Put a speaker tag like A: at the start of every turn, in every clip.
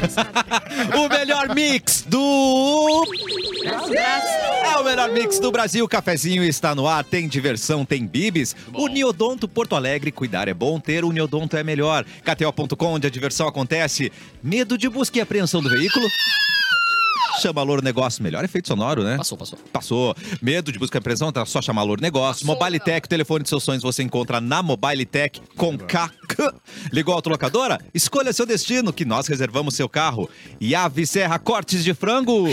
A: o melhor mix do. É o melhor mix do Brasil. Cafezinho está no ar, tem diversão, tem bibis. O Niodonto Porto Alegre, cuidar é bom, ter o Niodonto é melhor. KTO.com, onde a diversão acontece. Medo de busca e apreensão do veículo. Chama Louro Negócio, melhor efeito sonoro, né?
B: Passou, passou.
A: Passou. Medo de busca e apreensão, tá só chamar Louro Negócio. Mobile Tech, o telefone de seus sonhos você encontra na Mobile Tech com K. Ligou a autolocadora? Escolha seu destino, que nós reservamos seu carro. E Ave Serra Cortes de Frango.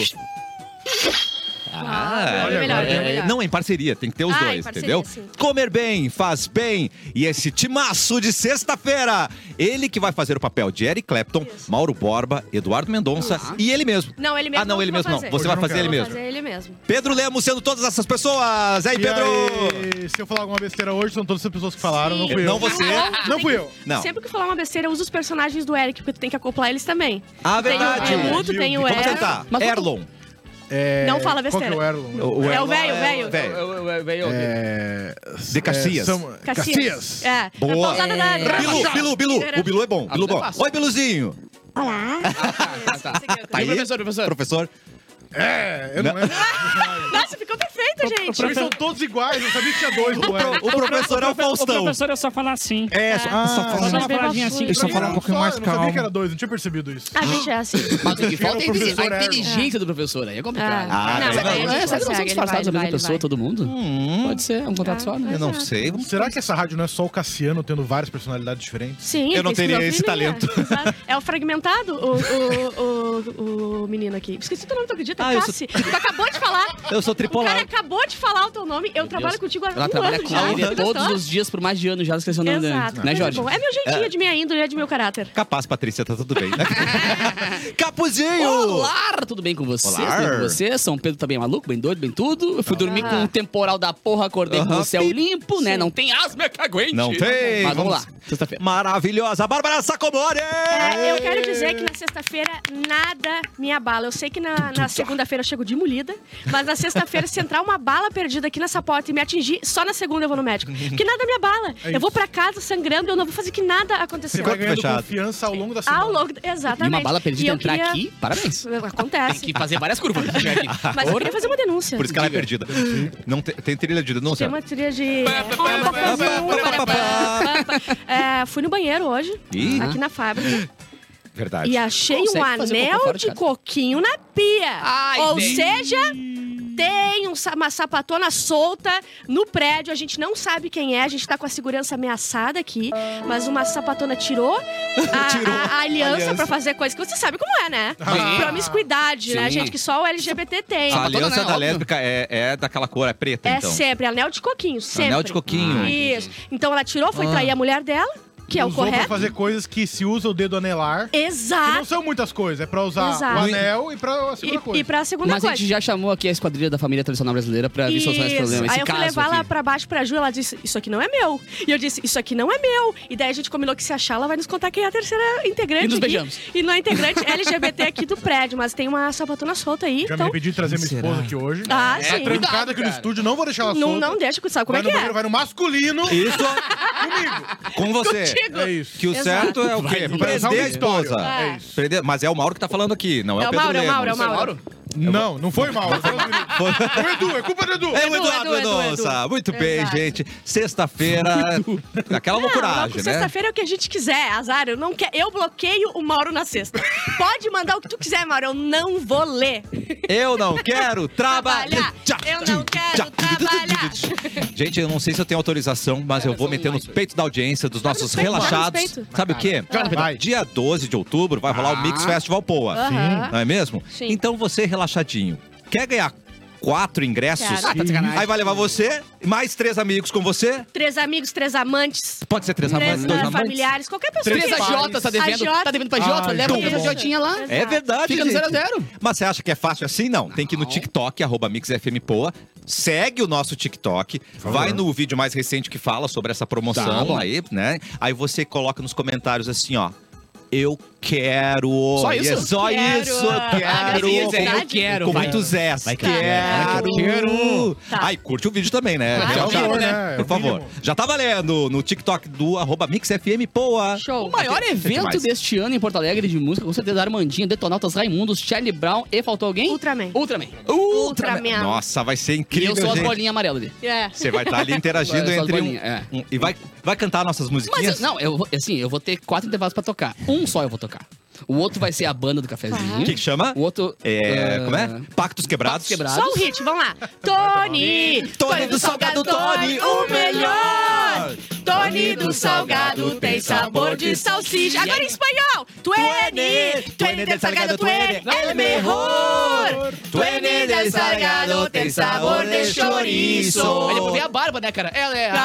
B: Ah,
C: olha, melhor,
B: é-
C: é melhor.
A: não, é em parceria, tem que ter os
C: Ah, em
A: dois,
C: parceria,
A: entendeu?
C: sim.
A: Comer bem, faz bem. E esse timaço de sexta-feira, ele que vai fazer o papel de Eric Clapton, Mauro Borba, Eduardo Mendonça e ele mesmo.
C: Ah. Não, ele mesmo
A: Ah, não,
C: eu
A: ele
C: vou
A: mesmo não.
C: fazer.
A: Você
C: Eu
A: vai
C: vou
A: fazer ele mesmo.
C: fazer ele mesmo.
A: Pedro Lemos sendo todas essas pessoas. E aí,
D: E
A: Pedro?
D: aí, se eu falar alguma besteira hoje, são todas as pessoas que falaram, não
C: Sim.
D: fui eu.
A: Não você.
D: Não fui eu.
A: Não.
C: Sempre que falar uma besteira, usa os personagens do Eric, porque tu tem que acoplar eles também.
A: Ah,
C: Tem o
A: verdade.
C: Edmundo, tem o
D: Vamos
A: Vamos
C: Eric.
A: tentar.
B: Mas-
A: Erlon.
D: É,
C: Não fala
D: Qual
C: besteira.
D: que é o Erlon?
C: É o
A: Erlon
C: velho, velho.
D: É,
A: De Caxias.
D: são-
C: Cacias.
D: Caxias.
C: É.
A: Boa.
C: É pausada da área.
A: Bilu, Bilu, Bilu. O Bilu é bom. Bilu é bom. Oi, Biluzinho. Tá aí?
B: Professor, professor.
A: Professor.
D: É, eu não
A: Não.
D: lembro.
C: Nossa, ficou perfeito, gente.
D: Pra mim são todos iguais, eu sabia que tinha dois do Erlon.
A: O professor é o
E: O
A: Faustão.
E: professor é só falar assim.
D: É, só, ah,
E: Só
A: um
E: falar uma palavrinha assim.
C: Eu só
D: pra mim
C: falar
D: era só, Eu não sabia que era dois, não tinha percebido isso.
C: A gente é assim.
B: Mas o que falta é a
D: Chega o
B: inte-
D: professor
B: a
D: Erlon.
B: inteligência do professor, aí é complicado.
A: Ah,
C: não,
A: é
C: mas aí
A: verdade.
C: ele
B: É, será que não
C: consegue,
B: são
C: ele
B: disfarçados
C: vai,
B: da mesma
C: ele
B: pessoa,
C: vai. Ah.
B: todo mundo? Pode ser, é um contrato só, né?
A: Eu não sei. vamos-
D: Será que essa rádio não é só o Cassiano tendo várias personalidades diferentes?
C: Sim,
A: Eu não
C: por isso que
A: teria esse
C: viria.
A: talento.
C: Exato. É o fragmentado, o, o, o, o menino aqui. Esqueci o teu nome, tu acredita?
A: Ah, eu sou-
C: Cassi. Tu acabou de falar.
A: Eu sou
C: O
A: tripolar.
C: cara acabou de falar o teu nome. Eu trabalho contigo há
B: Ela
C: um
B: trabalha
C: ano
B: com
C: já.
B: ele
C: Você gostou?
B: todos os dias por mais de anos já, ela esqueceu o nome dele.
C: Exato.
B: Né,
C: Mas é
B: Jorge?
C: bom. É meu jeitinho, é de minha índole, é de meu caráter.
A: Capaz, Patrícia, tá tudo bem. né? Capuzinho!
B: Olá, tudo bem com vocês?
A: Olá.
B: Tudo bem com vocês? São Pedro tá bem maluco, bem doido, bem tudo. Eu fui dormir
C: Ah.
B: com um temporal da porra, acordei com
A: Aham.
B: o céu limpo, né? Não tem asma que aguente.
A: Não tem.
B: Mas vamos
A: Vamos-
B: lá, sexta-feira.
A: Maravilhosa, Bárbara Sacomore!
C: É, eu quero dizer que na sexta-feira nada me abala. Eu sei que na, na segunda-feira eu chego de molida, mas na sexta-feira, se entrar uma bala perdida aqui nessa porta e me atingir, só na segunda eu vou no médico. Porque nada me abala.
B: É
C: Eu vou pra casa sangrando, eu não vou fazer que nada
D: Você
C: aconteceu.
D: vai ganhando
A: Fechado.
D: confiança ao
B: um
D: longo da semana.
C: Ao longo. Exatamente.
B: E uma bala perdida
C: E eu
B: entrar
C: queria-
B: aqui, parabéns. Tem
C: Acontece.
B: que fazer várias curvas. né, pra chegar aqui.
C: Mas eu queria fazer uma denúncia.
A: Por isso que ela é perdida. Não te- tem trilha de denúncia?
C: Tem uma trilha de. É, fui no banheiro hoje,
A: Ih. Ah.
C: aqui na fábrica,
A: Verdade.
C: e achei um
B: Consegue fazer cocô
C: anel
B: fora de
C: de
B: casa.
C: coquinho na pia.
B: Ai,
C: Ou
B: bem.
C: seja, tem um sa- uma sapatona solta no prédio. A gente não sabe quem é, a gente tá com a segurança ameaçada aqui, mas uma sapatona tirou a, a- a aliança,
A: aliança.
C: pra fazer coisa que você sabe como é, né?
B: Sim.
C: Promiscuidade, né,
B: Sim.
C: gente? Que só o LGBT tem.
A: A
B: Ah, toda,
A: aliança
B: né?
A: da
B: Óbvio.
A: lésbica é, é daquela cor, é preta,
C: É
A: então.
C: sempre, anel de coquinho, sempre.
A: de coquinho. Ah,
C: Isso. Então ela tirou,
B: Ah.
C: foi trair a mulher dela, que é o
D: Usou pra
C: correto.
D: fazer coisas que se usa o dedo anelar. Que não
C: Exato.
D: são muitas coisas, é pra usar
C: Ah. Exato.
D: o anel e pra a segunda
C: E,
D: coisa.
C: e pra segunda
B: Mas a
C: coisa.
B: gente já chamou aqui a esquadrilha da família tradicional brasileira pra vir solucionar esse
C: Isso.
B: problema.
C: Aí
B: Esse
C: eu fui
B: caso
C: levar lá
B: aqui.
C: pra baixo pra Ju, ela disse, isso aqui não é meu. E eu disse, isso aqui não é meu. E daí a gente combinou que se achar, ela vai nos contar quem é a terceira integrante
B: E nos
C: aqui.
B: beijamos.
C: E não é integrante LGBT aqui do prédio, mas tem uma sapatona solta aí,
D: Já
C: então...
D: me pedi de trazer minha esposa aqui hoje.
C: Ah,
D: Tá
C: sim.
D: trancada aqui no
B: cara.
D: estúdio, não vou deixar ela
C: Não,
D: solta.
C: não deixa, sabe como
D: vai
C: é
D: no
C: que
D: banheiro,
C: é?
D: vai no masculino.
A: Isso com
C: Contigo.
A: você.
D: É isso.
A: Que o
C: Exato.
A: certo é o quê?
B: Vai
D: dançar
A: Prender a
D: um
A: esposa.
C: É.
D: isso.
A: Prender- Mas é o Mauro que tá falando aqui, não é,
C: É o
A: Pedro
C: Mauro, é o Mauro, é o
A: Lemos.
C: Mauro.
D: Não, não foi mal. Foi o Edu, é culpa do Edu.
A: É
C: Edu,
A: o Eduardo
C: Edu, Edu,
A: Mendonça.
C: Edu.
A: Muito bem,
C: Exato.
A: gente. Sexta-feira, aquela
C: Não,
A: loucuragem,
C: bloco-
A: né?
C: Sexta-feira é o que a gente quiser, azar. Eu não quero. Eu bloqueio o Mauro na sexta. Pode mandar o que tu quiser, Mauro. Eu não vou ler.
A: Eu não quero trabalhar.
C: Trabalhar. Eu não quero trabalhar.
A: Gente, eu não sei se eu tenho autorização, mas eu vou meter nos peitos da audiência, dos nossos
C: peito, joga nos
A: relaxados.
C: peito.
A: Sabe o quê?
D: Vai.
A: Dia 12 de outubro vai rolar o Mix Festival Poa.
C: Aham.
A: Não é mesmo?
C: Sim.
A: Então você relaxadinho. Quer ganhar quatro ingressos?
C: Quero. Ah,
B: tá de sacanagem.
A: Aí vai levar você, mais três amigos com você.
C: Três amigos, três amantes.
A: Pode ser três,
C: Três
A: amantes, dois
C: ah,
A: amantes.
C: familiares, qualquer pessoa.
B: Três
C: que-
B: agiotas tá devendo.
C: Agiota.
B: Tá devendo pra agiota.
A: Ah,
D: Ai,
B: Leva
A: então
D: tão
B: três
D: bom.
B: agiotinhas lá.
A: É verdade,
B: Fica no
A: gente.
B: zero a zero.
A: Mas você acha que é fácil assim? Não. Tem que ir no
B: Não.
A: TikTok, arroba MixFMPoa. Segue o nosso TikTok. Vai no vídeo mais recente que fala sobre essa
B: Tá
A: promoção
B: bom.
A: aí, né? Aí você coloca nos comentários assim, ó. Eu quero.
B: Só
A: E
B: isso?
A: é só
C: Quero.
A: isso. Eu
C: Ah,
A: quero. é.
C: gracinha,
A: Com-
C: eu
B: quero,
A: Com
B: vai.
A: muitos S.
B: Vai, cara. Vai,
A: Quero.
B: quero.
A: Brasil.
C: Tá.
A: Ai, curte o vídeo também, né?
C: Claro.
A: Já
C: É o
A: tá,
D: mínimo, né? É
A: Por
D: o
A: favor.
D: mínimo.
A: Já tá valendo no TikTok do arroba MixFM Poa.
C: Show.
B: O maior evento
A: demais.
B: deste ano em Porto Alegre de música, com certeza, Armandinha, Detonautas, Raimundos, Charlie Brown e faltou alguém?
C: Ultraman.
B: Ultraman.
C: Ultraman.
A: Nossa, vai ser
B: E
A: incrível,
B: eu sou as
A: gente.
B: bolinhas amarelas ali.
C: É.
A: Você vai estar ali
B: Eu
A: interagindo
B: sou as
A: entre um,
B: bolinhas, é.
A: um- E vai, vai cantar nossas
B: Mas
A: musiquinhas?
B: eu- não, eu, vou- assim, eu vou ter quatro intervalos pra tocar. Um só eu vou tocar. O outro vai ser a banda do cafezinho.
A: O que, que chama?
B: O outro.
A: É,
B: ah,
A: como é? Pactos Quebrados.
B: Pactos Quebrados.
C: Só o hit, vamos lá. Tony!
A: Tony do Salgado, Tony, o melhor.
C: Tony do Salgado tem sabor de salsicha. Agora em espanhol! é
A: é
C: Twenty! Twenty del Salgado, Twenty, é o melhor! Twenty
A: é
C: del Salgado tem sabor de
A: Sou.
B: Aí
C: chouriço.
B: depois vem a Bárbara, né, cara? Ela é ágil.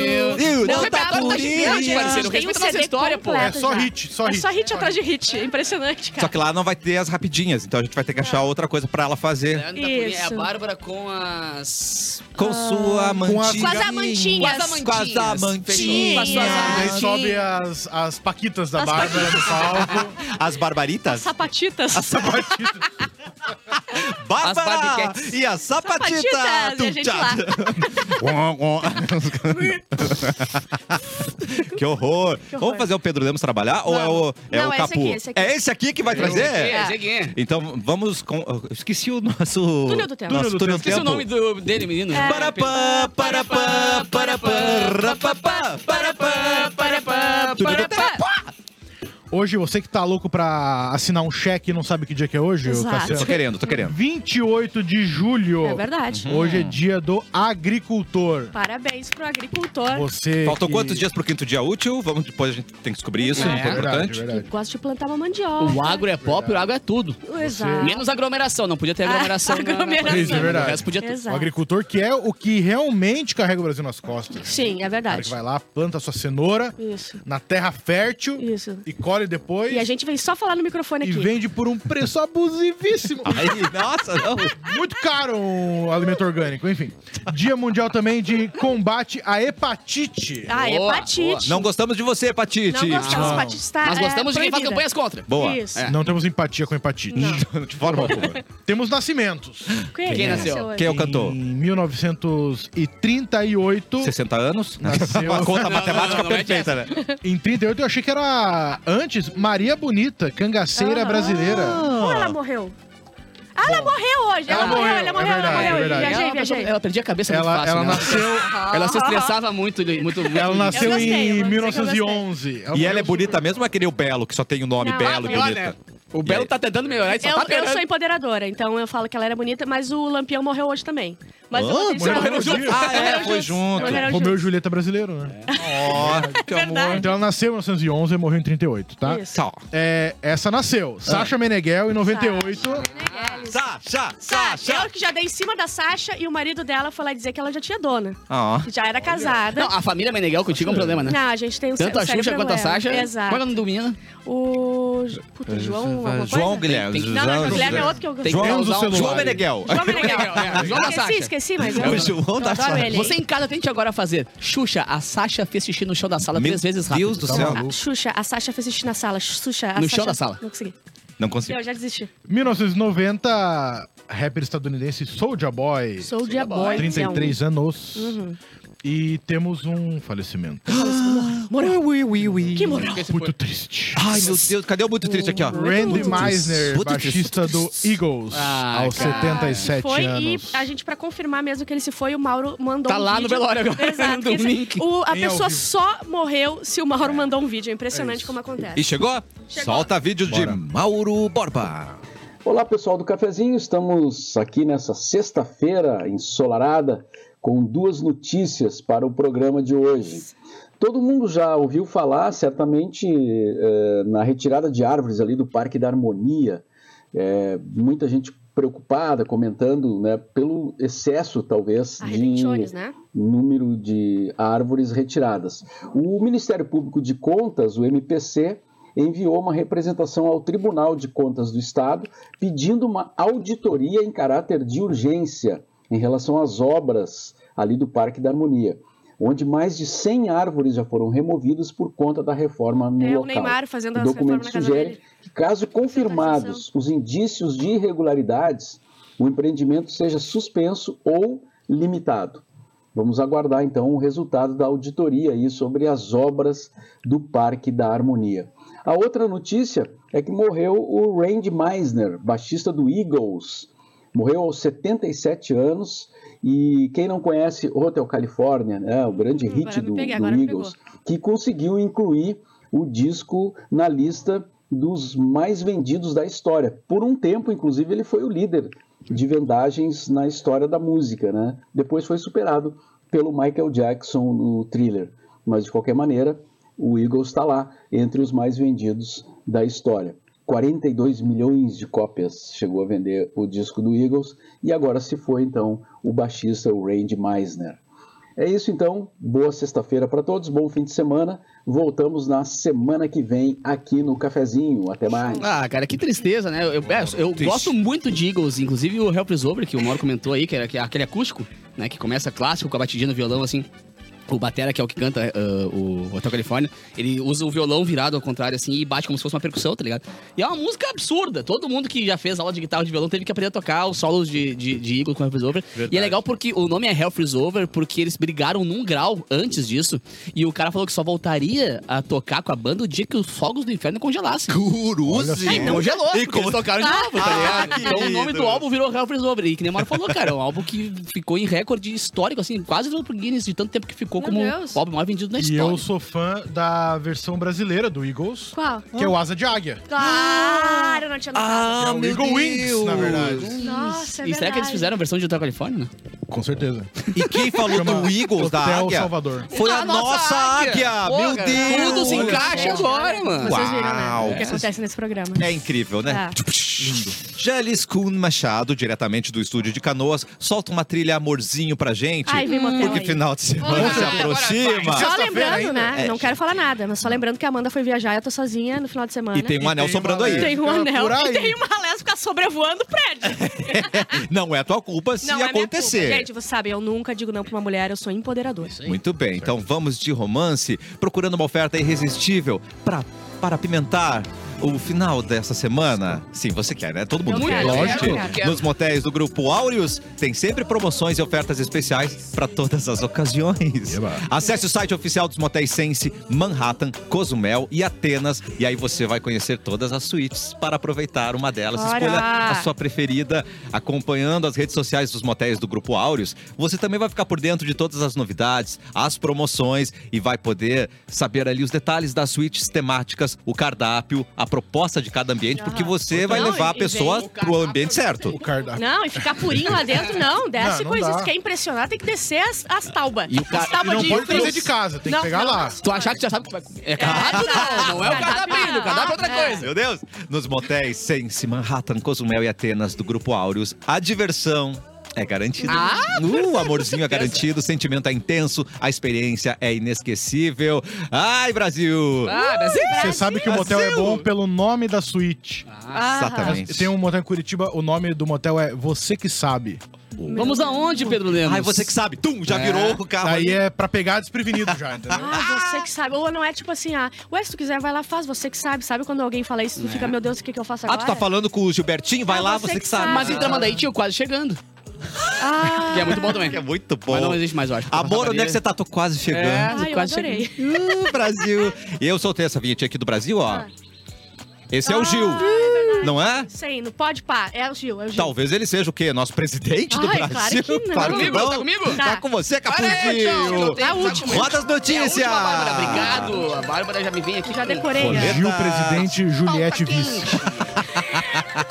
C: Frágil.
A: Viu?
B: Não,
A: Não
B: o
A: tá
B: repertório tá
A: bonita.
B: gigante, parceiro.
C: Tem um
B: Respeita a nossa
C: CD
B: história, pô.
C: completo.
D: É só
C: já.
D: hit, só
C: É
D: hit.
C: só hit atrás de hit. É Impressionante, cara.
A: Só que lá não vai ter as rapidinhas, então a gente vai ter que achar outra coisa pra ela fazer.
B: É a
C: Isso.
B: Bárbara com as.
A: Com sua mantinha.
D: Com as
C: amantinhas. Com as
A: Com as
B: amantinhas.
A: amantinhas.
B: Com as suas
D: E Aí
B: amantinhas.
D: sobe as, as paquitas da
C: As
D: Bárbara no palco.
A: As barbaritas?
C: Sapatitas.
D: Sapatito.
A: Bárbara
B: As Barbicats.
A: e a sapatita.
C: Sapatitas, e a gente lá.
D: Uom, uom.
A: que, horror. Vamos
C: horror.
A: fazer o Pedro Lemos trabalhar ou é o, é
C: Não,
A: o
C: é esse
A: Capu?
C: aqui, esse aqui.
A: É esse aqui que vai trazer?
B: É, Zeguinha.
A: Então vamos com. eu Esqueci o nosso.
C: Túnel do Tempo.
A: Nosso túnel do
B: Esqueci
A: tempo.
B: o nome do, dele, menino.
C: É.
A: Para pá, para pá, para pá, para pá, para pá, para pá, para pá.
D: Hoje, você que tá louco pra assinar um cheque e não sabe que dia que é hoje,
C: Exato.
A: Eu Tô
D: Cassiano?
A: querendo, tô querendo.
D: 28 de julho.
C: É verdade. É.
D: Hoje é dia do agricultor.
C: Parabéns pro agricultor.
D: Você.
A: Faltam
D: que-
A: quantos dias pro quinto dia útil? Vamos, depois a gente tem que descobrir isso,
B: É.
A: muito
D: Verdade,
A: importante.
C: que
D: verdade.
C: gosta de plantar uma mandioca.
B: O agro é pop, o agro é tudo.
C: Exato.
B: Menos aglomeração, não podia ter aglomeração.
C: Ah,
B: na- na-
C: aglomeração.
D: Isso, é verdade.
B: O resto podia ter.
C: Exato.
D: O agricultor que é o que realmente carrega o Brasil nas costas.
C: Sim, é
D: O cara que
C: verdade.
D: vai lá, planta sua cenoura
C: Isso,
D: na terra fértil
C: isso.
D: e colhe depois
C: E a gente vem só falar no microfone
D: e
C: aqui.
D: vende por um preço abusivíssimo.
A: Aí, nossa, não.
D: Muito caro um alimento orgânico, enfim. Dia mundial também de combate à hepatite.
C: Ah,
B: Boa,
C: hepatite.
A: Não gostamos de você, Patite.
C: Não gostamos,
D: Não.
C: hepatite está.
B: Nós
C: é,
B: gostamos de quem faz
C: proibida.
B: campanhas contra.
A: Boa.
C: Isso.
B: É.
D: Não temos empatia com hepatite.
A: De forma alguma.
D: Temos nascimentos.
C: Quem,
B: Quem nasceu?
C: hoje?
A: Quem é o cantor?
D: Em 1938.
A: 60 anos?
D: Nasceu-
A: Uma conta
B: Não, não,
A: matemática
B: não, não é
A: perfeita, né?
D: Em 38 eu achei que era antes Maria Bonita, cangaceira
C: Ah.
D: brasileira.
C: Ou ela morreu? Ah, ela morreu hoje. Ela,
D: Ela
C: morreu,
D: morreu,
C: ela
D: é
C: morreu, ela
D: verdade,
C: morreu.
D: é verdade.
C: Viajei,
B: Ela-
C: viajei.
B: Ela perdia a cabeça muito
D: Ela,
B: fácil.
D: ela
B: né?
D: nasceu,
B: Ela se estressava muito, muito.
D: ela
B: muito.
D: nasceu
C: gostei, eu
D: em
C: gostei, eu
D: 1911.
A: E ela é
D: morreu-
A: bonita mesmo ou é que nem o Belo, que só tem o nome
C: Não,
A: Belo
C: ah,
A: e
B: Pior,
A: bonita?
B: né? O Belo tá tentando melhorar, ele só
C: Eu,
B: tá
C: eu sou
B: melhorando.
C: empoderadora, então eu falo que ela era bonita, mas o Lampião morreu hoje também. Mas eu
A: Ah,
C: não sei se ela-
D: morreram juntos?
A: Ah, é,
C: Morreram
A: foi
C: juntos.
A: junto.
C: Morreram
D: Romeu e
C: juntos.
D: Julieta brasileiro, né?
A: Ó, que amor.
D: Então ela nasceu em 1911 e morreu em 38, tá?
C: É. Isso. Ah.
A: Tá.
D: É, essa nasceu. Sasha Meneghel em 98.
C: Meirelles.
A: Sasha,
C: Sá,
A: Sasha.
C: Eu que já dei em cima da Sasha e o marido dela foi lá dizer que ela já tinha dona.
A: Ó.
C: Que já era casada.
B: Não,
C: Não,
B: a família Meneghel contigo é um problema, né?
C: a gente tem um sé-
B: Tanto a
C: sério
B: Xuxa quanto a
C: problema.
B: Sasha. Qual é o
C: Exato.
B: nome do menino?
C: O. Ju- Puta, João. alguma
A: João
C: coisa?
A: Guilherme.
B: Tem-
C: Não, não, o
A: João
C: Guilherme é
A: Guilherme.
C: outro que eu gosto.
B: Tem que
D: João
B: usar
D: do
B: um-
D: celular.
A: João Meneghel.
C: João Meneghel.
B: É, João da
C: esqueci,
B: Sasha.
C: esqueci, mas.
A: É o
C: eu-
A: João da
C: eu adoro
A: Sasha.
C: ele.
B: Você em casa tente agora fazer. Xuxa, a Sasha fez xixi no chão da sala
A: Meu
B: três vezes rápido.
A: Deus do
D: Tá
A: céu.
D: maluco.
C: A Xuxa, a Sasha fez assistir na sala. Xuxa, a
B: No
C: Sasha-
B: chão da sala.
C: Não consegui.
A: Não consigo.
C: Eu já desisti.
D: 1990, rapper estadunidense Soulja Boy.
C: Sou o então. Diaboy.
D: 33 anos.
C: Uhum.
D: E temos um falecimento.
A: Ui, ui, ui, ui.
C: Que moral.
D: Muito triste.
A: Ai, meu Deus. Cadê o muito triste aqui, ó?
D: Randy
A: Muito triste.
D: Meisner,
A: Muito triste.
D: baixista do Eagles,
B: Ah,
D: aos
B: cara.
D: 77
C: foi
D: anos.
C: e a gente, pra confirmar mesmo que ele se foi, o Mauro mandou
B: Tá
C: um
B: lá no
C: vídeo.
B: velório agora,
C: Exato.
B: do
C: porque assim,
B: link.
C: o- a
D: Em ao
C: pessoa
D: vivo.
C: só morreu se o Mauro mandou um vídeo. É impressionante como acontece.
A: E chegou? Solta vídeo de
D: Bora.
A: Mauro Borba.
F: Olá pessoal do Cafezinho, estamos aqui nessa sexta-feira ensolarada com duas notícias para o programa de hoje. Todo mundo já ouviu falar, certamente, eh, na retirada de árvores ali do Parque da Harmonia. Eh, muita gente preocupada, comentando, né, pelo excesso, talvez,
C: A
F: de,
C: Redentiones, né?
F: número de árvores retiradas. O Ministério Público de Contas, o MPC, enviou uma representação ao Tribunal de Contas do Estado pedindo uma auditoria em caráter de urgência em relação às obras ali do Parque da Harmonia, onde mais de 100 árvores já foram removidas por conta da reforma no
C: É o
F: local.
C: Neymar fazendo
F: O
C: as reformas
F: documento
C: na casa
F: sugere
C: dele.
F: que, caso confirmados os indícios de irregularidades, o empreendimento seja suspenso ou limitado. Vamos aguardar então o resultado da auditoria aí sobre as obras do Parque da Harmonia. A outra notícia é que morreu o Randy Meisner, baixista do Eagles. Morreu aos 77 anos e quem não conhece Hotel California, né, o grande
C: Hum,
F: hit
C: agora me
F: do,
C: peguei,
F: do
C: agora me
F: Eagles, que conseguiu incluir o disco na lista dos mais vendidos da história. Por um tempo, inclusive, ele foi o líder de vendagens na história da música, né? Depois foi superado pelo Michael Jackson no Thriller. Mas de qualquer maneira, o Eagles está lá entre os mais vendidos da história. 42 milhões de cópias chegou a vender o disco do Eagles e agora se foi então o baixista o Randy Meisner. É isso então, boa sexta-feira para todos, bom fim de semana. Voltamos na semana que vem aqui no Cafezinho. Até mais.
B: Ah, cara, que tristeza, né? Eu, eu- é, eu gosto muito de Eagles, inclusive o Help is Over, que o Mauro comentou aí, que era que- aquele acústico, né? Que começa clássico com a batidinha no violão, assim. O Batera, que é o que canta ah, o Hotel California, ele usa o violão virado ao contrário, assim, e bate como se fosse uma percussão, tá ligado? E é uma música absurda. Todo mundo que já fez aula de guitarra de violão teve que aprender a tocar os solos de, de, de Eagles com Help is Over. E é legal porque o nome é Help is Over, porque eles brigaram num grau antes disso, e o cara falou que só voltaria a tocar com a banda o dia que os fogos do inferno congelassem.
A: Guruzi.
B: Aí congelou,
A: E
B: porque
A: como-
B: eles tocaram de novo, tá
A: Ah,
B: ligado? então o nome
A: querido.
B: do álbum virou Hell Freeze Over. E que nem o Mauro falou, cara, é um álbum que ficou em recorde histórico, assim, quase entrou pro Guinness de tanto tempo que ficou
C: Meu
B: como
C: Deus.
B: o álbum mais vendido na
D: E
B: história.
D: eu sou fã da versão brasileira do Eagles,
C: Qual?
D: que é o Asa de Águia.
C: Claro, não tinha notado.
A: Ah,
D: é o
A: meu
D: Eagle Wings, na
A: Deus.
D: verdade.
C: Nossa, é
B: Ah, e será que eles
C: verdade.
B: fizeram a versão de Hotel Califórnia?
D: Com certeza.
A: E quem falou do
D: Chama
A: Eagles, da
D: Hotel
A: águia,
D: Salvador.
A: foi
C: Ah,
A: a, nossa águia. Meu
B: Pô, cara,
A: Deus.
B: Tudo se
A: olha
B: encaixa
A: só.
B: agora, mano.
C: Vocês viram,
A: Uau.
C: né? O que acontece nesse programa.
A: É incrível, né?
C: Ah.
A: Lindo. Geles Kuhn Machado, diretamente do estúdio de Canoas, solta uma trilha amorzinho pra gente.
C: Ai, vem motel
A: porque
C: aí.
A: final de semana
C: Olha,
A: se
C: agora
A: aproxima.
C: Só
D: Sexta-feira
C: lembrando, né?
A: É.
C: Não quero falar nada, mas só lembrando que a Amanda foi viajar e eu tô sozinha no final de semana.
A: E tem um anel
D: tem
A: sobrando
D: uma
A: aí.
D: lésbica
C: Tem um anel.
D: por aí.
C: E tem uma lésbica sobrevoando o prédio.
A: Não é tua culpa se
C: não é minha
A: acontecer.
C: culpa. Gente, você sabe, eu nunca digo não pra uma mulher, eu sou empoderadora.
A: Muito bem, então vamos de romance, procurando uma oferta irresistível pra, para pimentar o final dessa semana. Sim, você quer, né? Todo mundo
C: Eu
A: quer,
C: quero,
A: gente.
C: eu quero.
A: Nos motéis do grupo Áureos, tem sempre promoções e ofertas especiais para todas as ocasiões.
D: Eba.
A: Acesse o site oficial dos motéis Sense, Manhattan, Cozumel e Atenas, e aí você vai conhecer todas as suítes para aproveitar uma delas.
C: Bora!
A: Escolha a sua preferida, acompanhando as redes sociais dos motéis do Grupo Áureos, você também vai ficar por dentro de todas as novidades, as promoções e vai poder saber ali os detalhes das suítes temáticas, o cardápio, a proposta de cada ambiente, porque você vai
C: Não,
A: levar a
C: Então, e- e
A: pessoa
C: vem o
A: pro ambiente certo.
D: O cardápio.
C: Não, e ficar purinho lá dentro, não. Desce
D: Ah. não
C: coisa.
D: dá.
C: Se quer impressionar, tem que descer as, as taubas.
B: E o cara-
C: As taubas
D: Não
C: de
D: pode trazer
C: frios.
D: de casa, tem que
C: Não,
D: pegar
C: não,
D: lá.
C: não.
B: Tu achar que tu já sabe que tu vai comer. É cardápio, não. Não é o
C: Cardápio,
B: cardápio,
C: não.
B: o cardápio é outra
C: É.
B: coisa.
A: Meu Deus! Nos motéis Sense, Manhattan, Cozumel e Atenas do Grupo Áureos, a diversão é garantida.
B: Ah,
A: o amorzinho é garantido, o sentimento é intenso, a experiência é inesquecível. Ai, Brasil!
B: Ah, mas é-
D: Você sabe que o motel é bom pelo nome da suíte.
A: Ah,
C: Ah,
A: Exatamente.
D: Tem um motel em Curitiba, o nome do motel é Você Que Sabe.
B: Vamos aonde, Pedro Lemos?
A: Ai, você que sabe, tum, já virou o carro.
D: Aí
A: ali. Ah,
D: é pra pegar desprevenido já, entendeu?
C: Ah, você que sabe. Ou não é tipo assim, ah, ué, se tu quiser, vai lá, faz, você que sabe. Sabe quando alguém fala isso, tu fica, meu Deus, o que, que eu faço
A: Ah,
C: agora?
A: tu tá falando com o Gilbertinho? Vai
C: Ah,
A: lá, É você que sabe.
B: Mas em Tramandaí, tio, quase chegando.
C: Ah,
B: Que é muito bom também.
A: É muito bom.
B: Mas não existe mais, eu acho.
A: Amor, onde é que você tá? Tô quase chegando.
C: Ai, Ah, eu
B: quase
C: adorei.
A: Uh, Brasil. Eu soltei essa vinheta aqui do Brasil, ó.
C: Ah.
A: Esse é o Gil, não é?
C: Sei, não pode pá. É o Gil, é o Gil.
A: Talvez ele seja o quê? Nosso presidente do
C: Ai,
A: Brasil?
C: claro que não.
B: Comigo? Tá comigo?
A: Tá
C: Tá.
A: com você,
B: Parei, tchau, não
A: Capuzinho.
B: tem-
C: A última.
A: Roda as notícias.
B: É a última, Bárbara, obrigado. A Bárbara já me vem aqui.
C: Já
B: com-
C: decorei. né?
A: Polenta.
D: Gil Presidente Juliette Vice.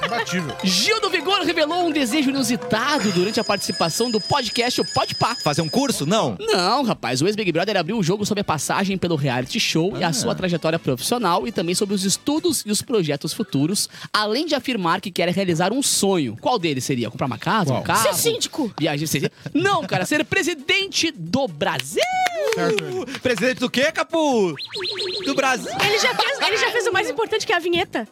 D: Imbatível.
B: Gil do Vigor revelou um desejo inusitado durante a participação do podcast O Pode Pá.
A: Fazer um curso? Não.
B: Não, rapaz, o ex-Big Brother abriu o jogo sobre a passagem pelo reality show e a sua trajetória profissional e também sobre os estudos e os projetos futuros, além de afirmar que quer realizar um sonho. Qual deles seria? Comprar uma casa, um
D: Qual?
B: carro?
C: Ser síndico.
B: Viagem, ser... Não, cara, ser presidente do Brasil.
D: Certo.
A: Uh, Presidente do quê, Capu? Do Brasil.
C: Ele já, fez, ele já fez o mais importante que é a vinheta.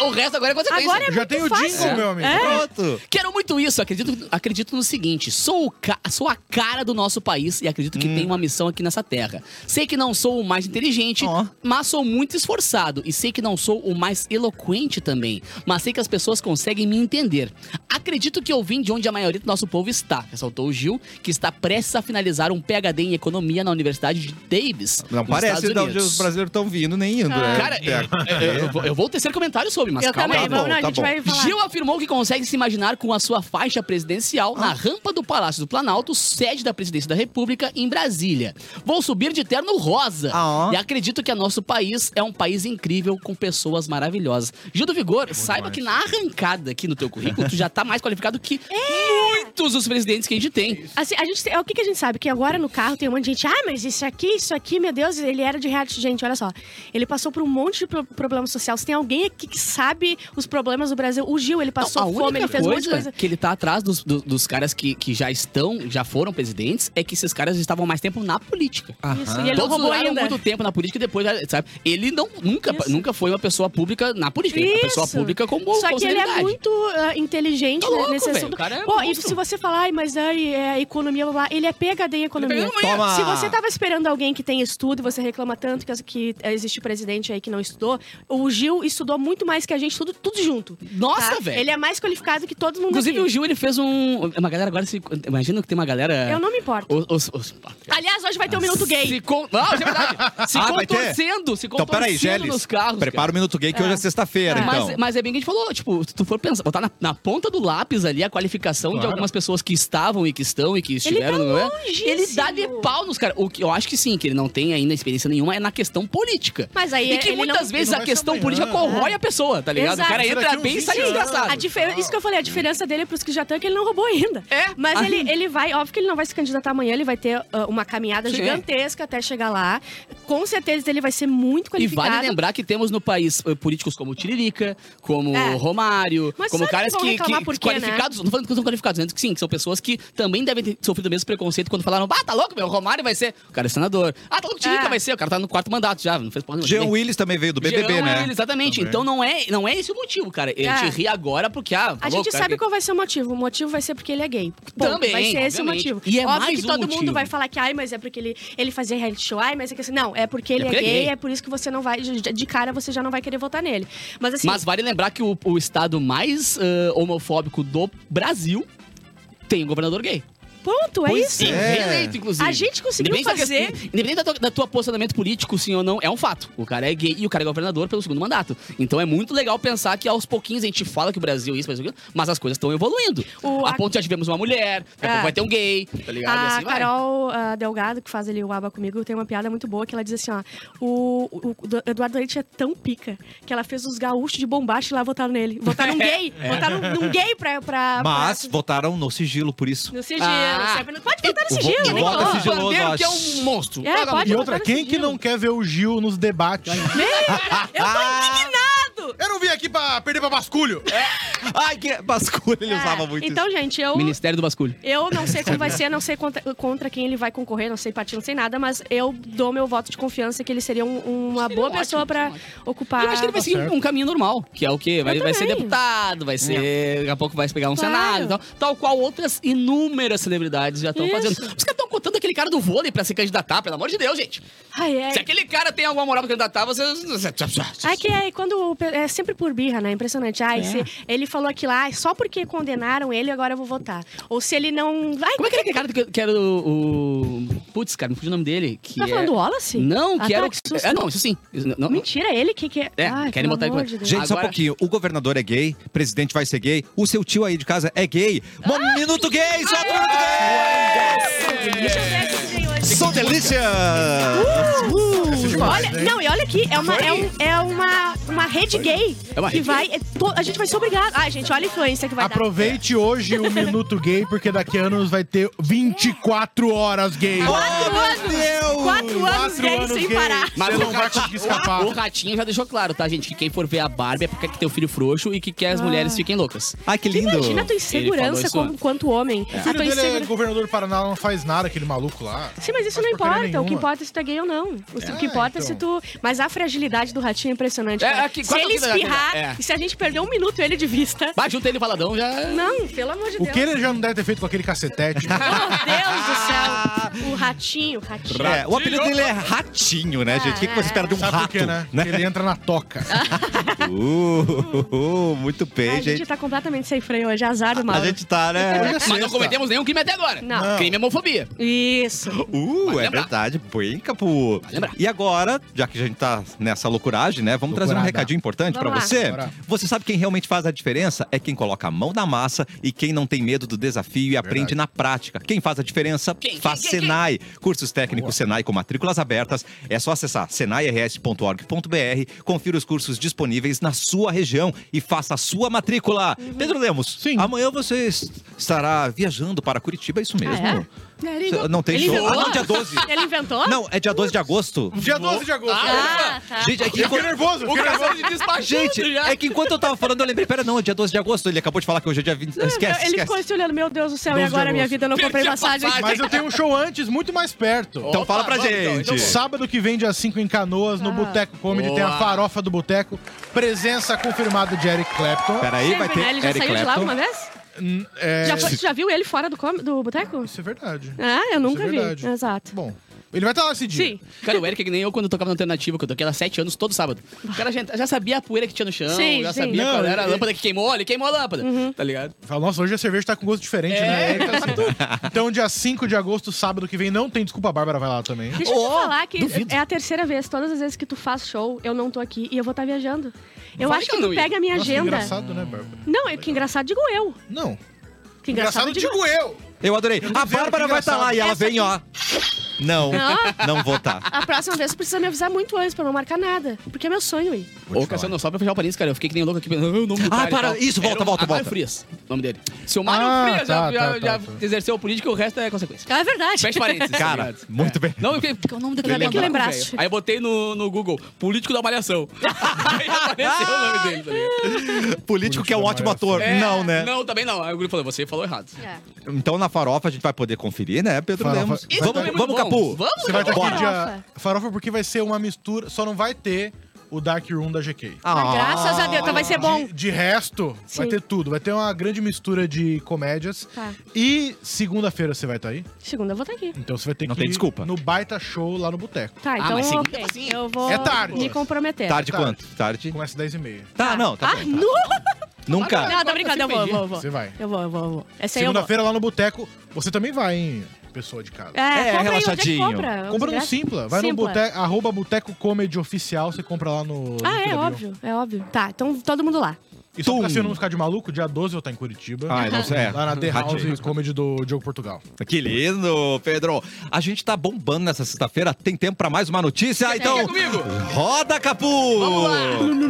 B: O resto agora é consequência.
C: Agora é
D: Já
C: muito
D: tem o
C: fácil.
D: jingle, meu
C: É?
D: amigo.
A: Pronto.
B: Quero muito isso, acredito, acredito no seguinte: sou, o ca- sou a cara do nosso país e acredito
A: Hum.
B: que tenho uma missão aqui nessa terra. Sei que não sou o mais inteligente,
A: Ó.
B: mas sou muito esforçado. E sei que não sou o mais eloquente também, mas sei que as pessoas conseguem me entender. Acredito que eu vim de onde a maioria do nosso povo está, ressaltou o Gil, que está prestes a finalizar um PhD em economia na Universidade de Davis.
A: Não
B: nos
A: parece
B: Estados
A: de onde
B: Unidos.
A: os brasileiros estão vindo, nem indo,
C: Ah.
A: né?
B: Cara, eu, eu- eu vou- eu vou tecer comentário sobre, mas
C: Eu
B: calma
C: também,
A: tá
B: aí.
A: bom,
C: vamos, não,
A: tá
C: a gente
A: bom.
C: vai falar.
B: Gil afirmou que consegue se imaginar com a sua faixa
A: Ah.
B: presidencial na rampa do Palácio do Planalto, sede da presidência da República, em Brasília. Vou subir de terno rosa.
A: Ah, ó.
B: E acredito que nosso país é um país incrível com pessoas maravilhosas. Gil do Vigor, saiba que na arrancada aqui no teu currículo, tu já tá mais qualificado que
A: É.
B: muitos dos presidentes que a gente tem.
C: Assim, a gente tem- o que, que a gente sabe? Que agora no carro tem um monte de gente. Ah, mas isso aqui, isso aqui, meu Deus, ele era de reality. Gente, olha só. Ele passou por um monte de pro- problema social. Se tem alguém aqui que sabe os problemas do Brasil, o Gil, ele passou
B: Não, a
C: fome, ele
B: única
C: fez um monte de coisa.
B: que ele tá atrás dos, do- dos caras que, que já estão, já foram presidentes, é que esses caras estavam mais tempo na política.
C: Isso, e ele não
B: Todos
C: roubou
B: duraram
C: ainda.
B: muito tempo na política e depois, sabe? Ele não, nunca,
C: Isso.
B: nunca foi uma pessoa pública na política. Ele é Uma
C: Isso.
B: pessoa pública com boa
C: Só que ele é muito ah, inteligente
B: Tá
C: né,
B: louco,
C: nesse
B: velho,
C: assunto.
B: o cara é
C: Pô, e
B: monstro.
C: se você falar, ai, mas ai, é economia, blá, blá, ele é PHD em economia.
B: PHD em
A: economia.
C: Se
A: Toma! Então,
C: você tá tava esperando alguém que tem estudo e você reclama tanto que, que existe presidente aí que não estudou, o Gil estudou muito mais que a gente, tudo, tudo junto.
B: Nossa,
C: tá?
B: velho!
C: Ele é mais qualificado que todo mundo
B: Inclusive,
C: aqui.
B: o Gil, ele fez um... Uma galera agora se... Imagina que tem uma galera...
C: Eu não me importo.
B: Os, os, os-
C: Aliás, hoje vai ter um minuto
B: Ah, Se
C: gay.
B: con... Não, isso é verdade. Se
A: Ah, vai ter?
B: contorcendo, se contorcendo
A: Então, peraí, Geles.
B: nos carros.
A: Prepara o Minuto Gay que
C: É.
A: hoje é sexta-feira,
B: cara.
A: então.
B: Mas, mas é bem que a gente falou, tipo, se tu for pensar, botar na, na ponta do lápis ali a qualificação de
D: Claro.
B: algumas pessoas que estavam e que estão e que estiveram
C: tá
B: não é?
C: longíssimo.
B: Ele dá de pau nos caras. O que eu acho que sim, que ele não tem ainda experiência nenhuma é na questão política.
C: Mas aí é
B: E que
C: ele
B: muitas
C: não...
B: vezes
D: Não
B: a
D: vai
B: questão
D: ser
B: política
D: amanhã,
B: corrói a pessoa, tá ligado?
C: Exato.
B: O cara entra
D: Daqui uns
B: bem e sai
D: 20 anos.
B: desgraçado.
C: A difer- Isso que eu falei, a diferença dele é pros que já estão é que ele não roubou ainda.
B: É.
C: Mas
B: Ah.
C: ele, ele vai, óbvio que ele não vai se candidatar amanhã, ele vai ter ah, uma caminhada
B: Sim.
C: gigantesca até chegar lá. Com certeza ele vai ser muito
B: E
C: qualificado.
B: vale lembrar que temos no país eh, políticos como o Tiririca, como
C: É.
B: o Romário,
C: Mas
B: como
C: sabe
B: caras
C: que vão
B: que,
C: reclamar
B: que
C: por quê, né?
B: qualificados, não falando que são qualificados, né? que sim, que são pessoas que também devem ter sofrido o mesmo preconceito quando falaram: "Ah, tá louco, meu, o Romário vai ser, o cara é senador. Ah, tá louco, o Tiririca
C: É.
B: vai ser, o cara tá no quarto mandato já, não fez porra nenhuma.
A: Jean
B: Também.
A: Willis também veio do BBB,
B: Jean
A: né?
B: Willis, exatamente.
D: Também.
B: Então não é, não é esse o motivo, cara. A gente
C: É.
B: ri agora porque ah,
C: A
B: tá louco,
C: gente
B: cara,
C: sabe
B: que-
C: qual vai ser o motivo. O motivo vai ser porque ele é gay. Ponto.
B: Também,
C: Vai ser esse o
B: obviamente.
C: motivo.
B: E é
C: Óbvio
B: mais
C: que
B: um
C: todo
B: motivo.
C: mundo vai falar que, ai, mas é porque ele, ele fazia reality show, ai, mas é que assim. Não, é porque ele é, gay, é por isso que você não vai. De de cara você já não vai querer votar nele. Mas assim.
B: Mas vale lembrar que o, o estado mais eh, homofóbico do Brasil tem um governador gay.
C: ponto, é
B: Pois
C: isso.
B: é. reeleito, inclusive.
C: A gente conseguiu
B: Independente da
C: fazer.
B: questão- independente da tua, da tá tua posicionamento político, sim ou não, é um fato. O cara é gay e o cara é governador pelo segundo mandato. Então é muito legal pensar que aos pouquinhos a gente fala que o Brasil é isso, mas aquilo, mas as coisas estão evoluindo.
C: O-
B: a,
C: a-
B: ponto de já tivemos uma mulher, daqui a
C: É.
B: pouco vai ter um gay, tá ligado? e
C: A
B: assim vai.
C: Carol ah, Delgado, que faz ali o Aba Comigo, tem uma piada muito boa que ela diz assim, ó... O, o- o Eduardo Leite é tão pica que ela fez os gaúchos de bombaste lá e votaram nele. Votaram
B: É,
C: num gay. Votaram num gay pra... pra
A: Mas
C: pra-
A: votaram no sigilo, por isso.
C: no sigilo.
B: Ah.
C: sabe? Não pode votar
A: O
C: no
A: vo-
C: sigilo.
A: o
C: nem
A: voto é
C: como.
A: sigilo. sigiloso,
B: Bandeiro, que é
A: acho.
B: um monstro.
C: É,
B: Joga
C: pode
D: E
B: muito.
D: outra,
C: botar no
D: quem que
C: sigilo.
D: não quer ver o Gil nos debates?
C: Eu tô indignado!
D: Eu não vim aqui pra perder pra basculho.
A: Ai, que basculho, ele
C: É,
A: usava muito
C: Então, gente, eu...
B: Ministério do Basculho.
C: Eu não sei como vai ser, não sei contra, contra quem ele vai concorrer, não sei partido, não sei nada, mas eu dou meu voto de confiança que ele seria um- uma
B: Seria
C: boa
B: ótimo,
C: pessoa pra
B: seria
C: ocupar.
B: Eu acho que ele vai seguir um caminho normal, que é o quê? Vai,
C: Eu
B: vai ser
C: também.
B: deputado, vai ser. Daqui a pouco vai pegar um
C: É. Claro.
B: senado e tal. Tal qual outras inúmeras celebridades já estão
C: Isso.
B: fazendo. Os caras estão contando aquele cara do vôlei pra se candidatar, pelo amor de Deus, gente.
C: Ai, é.
B: Se aquele cara tem alguma moral pra candidatar, você.
C: Ah, que é, quando, o pe- é sempre por birra, né? Impressionante. Ai,
B: É.
C: se ele falou aquilo lá, só porque condenaram ele, agora eu vou votar. Ou se ele não. Ai,
B: Como é que era aquele cara que, que era o. o- Putz, cara, me fugiu o nome dele. Que
C: tá
B: é...
C: falando do Wallace?
B: Não,
C: Ah,
B: que
C: tá,
B: era. o-
C: que susto.
B: É, não, isso sim. Isso- Não, não,
C: Mentira, ele que, que...
B: É,
C: Ai, pelo
B: querem botar ele
C: amor
B: com-
C: de Deus.
A: Gente, só um
B: Agora-
A: pouquinho. O governador é gay, o presidente vai ser gay, o seu tio aí de casa é gay. Mo- Minuto gay, só pro Minuto gay!
C: Deixa eu
B: é.
C: ver aqui que tem hoje.
A: Sou delícia!
C: Olha, não, e olha aqui, é uma, é um- é uma, uma rede gay
B: É uma
C: que
B: rede
C: vai. é to- a gente vai ser obrigado. Ai, gente, olha a influência que vai dar.
D: Aproveite hoje o Minuto Gay, porque daqui a anos vai ter 24 horas gay.
C: Quatro anos!
A: Deus!
C: Quatro anos gay sem parar.
B: Mas
D: Você
B: o
D: não vai
B: ratinho-
D: conseguir escapar.
B: O ratinho já deixou claro, tá, gente? Que quem for ver a Barbie é porque quer ter o filho frouxo e que quer as
C: Ah.
B: mulheres fiquem loucas.
A: Ai, que lindo!
C: Imagina a tua
B: falou
C: insegurança
B: isso
C: como,
B: antes.
C: quanto homem.
D: O
C: A
D: filho
C: tua
D: dele é
C: insegura...
D: governador do Paraná, não faz nada, aquele maluco lá.
C: Sim, mas isso
D: Faz
C: não
D: porcaria
C: importa. O que
D: nenhuma.
C: importa é se tu é gay ou não. O que importa se tu. Mas a fragilidade do ratinho é impressionante.
B: É,
C: cara.
B: aqui,
C: se
B: quase
C: ele
B: aqui da-
C: espirrar
B: é.
C: e se a gente perder um minuto ele de vista.
B: Bate o tênis faladão já.
C: Não, pelo amor de
D: O
C: Deus.
D: que ele já não deve ter feito com aquele cacetete? né?
C: Meu Deus do céu. O ratinho, o ratinho.
A: É, o apelido dele é Ratinho, né, gente? O que, que você espera de um
D: Sabe
A: rato?
D: por quê, né? Ah. Que Ele entra na toca.
A: Uh, muito
C: Ah,
A: bem,
C: a gente
A: gente.
C: tá completamente sem freio hoje. Azar do mal.
A: A gente tá, né?
B: Mas não cometemos nenhum crime até agora.
C: Não.
B: Crime é homofobia.
C: Isso.
A: Uh,
B: Vai
A: é
B: lembrar.
A: verdade. Bem, Capu.
B: lembrar.
A: E agora, já que a gente tá nessa loucuragem, né? Vamos trazer um
D: Loucurada.
A: recadinho importante pra
C: Vamos lá.
A: você.
D: Bora.
A: Você sabe quem realmente faz a diferença? É quem coloca a mão na massa e quem não tem medo do desafio e aprende na prática. Quem faz a diferença?
B: Quem,
A: faz
B: quem, quem,
A: Senai. Cursos técnicos Senai com matrículas abertas. É só acessar senairs.org.br, confira os cursos disponíveis na sua região e faça a sua matrícula.
C: Uhum.
A: Pedro Lemos,
D: Sim.
A: amanhã você es- estará viajando para Curitiba, é isso mesmo?
C: Ah,
A: Cê- Não tem
C: Ele
A: show. Ah,
C: inventou?
A: não, dia 12.
C: Ele inventou?
A: Não, é dia 12 de agosto.
D: Dia 12 de agosto.
C: Ah, tá.
A: Gente, é que,
D: Eu fiquei nervoso. eu
B: O
D: fiquei nervoso.
B: Cassandra despachando
A: gente,
B: já.
A: é que enquanto eu tava falando, eu lembrei, pera, não, é dia 12 de agosto. Ele acabou de falar que hoje é dia 20. Esquece,
C: ele ficou
A: esquece.
C: se olhando, meu Deus do céu, e
D: 12 de
C: agora minha
D: agosto.
C: vida eu não comprei
B: Perdi a
C: passagem.
B: passagem.
D: Mas eu tenho um show antes, muito mais perto.
A: Então
B: Opa,
A: fala pra
B: vamos, então,
A: gente.
B: então vamos.
D: Sábado que vem, dia 5 em Canoas, no
C: Tá Ah.
D: Boteco Comedy, tem a
B: Boa.
D: farofa do Boteco. Presença confirmada de Eric Clapton.
A: Peraí, vai
C: Sempre,
A: ter
C: né? Ele já
A: Eric
C: saiu de lá
A: Clapton.
C: alguma vez?
D: Hum, é,
C: Já, foi- tu já viu ele fora do, com- do boteco?
D: Isso é verdade.
C: Ah, eu nunca
D: Isso é verdade.
C: vi. Exato.
D: Bom, ele vai estar lá esse dia.
C: Sim.
B: Cara, o Eric é que nem eu quando eu tocava na alternativa, que eu toquei há sete anos todo sábado. O cara já, já sabia a poeira que tinha no chão,
C: Sim,
B: já
C: sim. Uhum.
B: sabia
D: Não,
B: qual era a
A: é-
D: ele-
B: lâmpada que queimou, ele queimou a lâmpada. Tá ligado?
D: Fala, nossa, hoje a cerveja tá com gosto diferente, né?
B: É.
D: Ele tá assim. Então, dia 5 de agosto, sábado que vem, não tem desculpa, a Bárbara vai lá também.
C: Deixa eu te falar que é a terceira vez, todas as vezes que tu faz show, eu não tô aqui e eu vou estar viajando. Eu
B: Fala
C: acho
B: que
C: que
B: eu
C: tu
B: não ia.
C: pega a minha
D: Nossa, que
C: agenda.
D: engraçado, né, Bárbara?
C: Não, é que engraçado digo eu.
D: Não.
C: Que
D: Engraçado,
C: engraçado,
D: digo,
C: digo
D: eu.
A: Eu adorei.
D: tô
A: A
D: dizendo
A: Bárbara
D: que
A: vai estar
D: engraçado.
A: lá e ela
C: Essa
A: vem, ó. Não,
C: Não?
A: não vou tá. estar.
C: A próxima vez tu precisa me avisar muito antes pra eu não marcar nada. Porque é meu sonho ir.
B: Ô, Cassiano, só pra fechar o parênteses, cara, eu fiquei que nem louco aqui. pensando, "Ah, o nome do
A: Ah,
B: cara e
A: para,
B: tal."
A: isso, volta,
B: Era o
A: volta,
B: Mário
A: volta.
B: Frias, o nome dele. Se o Mário
D: Ah,
B: Frias já,
D: tá,
B: já-
D: tá,
B: já
D: tá, tá.
B: exerceu a política, o resto é consequência.
C: É verdade.
B: Fecha parênteses. tá
A: Cara,
B: ligado?
A: muito bem.
B: Não, eu fiquei, "Qual é o nome daquele
C: Ainda bem que
B: maluco,
C: lembraste.
B: velho?" Aí eu botei no, no Google, político da malhação. Aí apareceu o nome dele, tá ligado?
A: Político que é um ótimo ator.
B: É,
A: Não, né?
B: Não, também não. Aí o grupo falou, você falou errado.
C: É.
A: Então na farofa a gente vai poder conferir, né, Pedro
D: Farofa.
A: Lemos?
D: Isso
A: Vamos,
D: também é
A: vamos
B: muito bom.
A: Capu.
B: Vamos,
D: Você vai ter
A: Bora.
D: que dia...
C: Farofa.
D: Farofa porque vai ser uma mistura, só não vai ter o Dark Room da GK.
A: Ah.
C: Mas graças a Deus, então vai ser bom.
D: De, de resto, vai
C: Sim.
D: ter tudo. Vai ter uma grande mistura de comédias.
C: Tá.
D: E segunda-feira você vai estar aí.
C: Segunda eu vou estar aqui.
D: Então você vai ter
A: Não
D: que
A: tem
D: ir
A: desculpa.
D: no baita show lá no boteco.
C: Tá, então
B: mas segunda,
C: ok.
B: sim.
C: eu vou
D: É tarde.
C: me comprometer.
A: Tarde
D: É tarde.
A: quanto? Tarde?
D: Começa às 10h30.
A: Tá, não, tá
C: ah,
A: bom.
C: nu!
A: Nunca.
C: Não, tô brincando, eu vou, eu vou, eu vou.
D: Você vai.
C: Eu vou, eu vou, eu vou. Essa aí eu vou.
D: Segunda-feira lá no boteco, você também vai, hein, pessoa de casa.
A: É,
C: compra aí, onde que
A: relaxadinho.
C: compra?
D: Compra no
C: Ingresso?
D: Simpla. Vai no
C: Simpla.
D: boteco, arroba boteco comedy oficial, você compra lá no...
C: Ah, é
D: no
C: óbvio, é óbvio. Tá, então todo mundo lá.
D: E só
A: Tum.
D: pra você não ficar de maluco, dia 12 eu tá em Curitiba.
A: Ah, não sei.
D: Lá na The
A: Ratinho.
D: House Comedy do Diogo Portugal.
A: Que lindo, Pedro. A gente tá bombando nessa sexta-feira. Tem tempo pra mais uma notícia? Então,
B: comigo?
A: roda, Capu!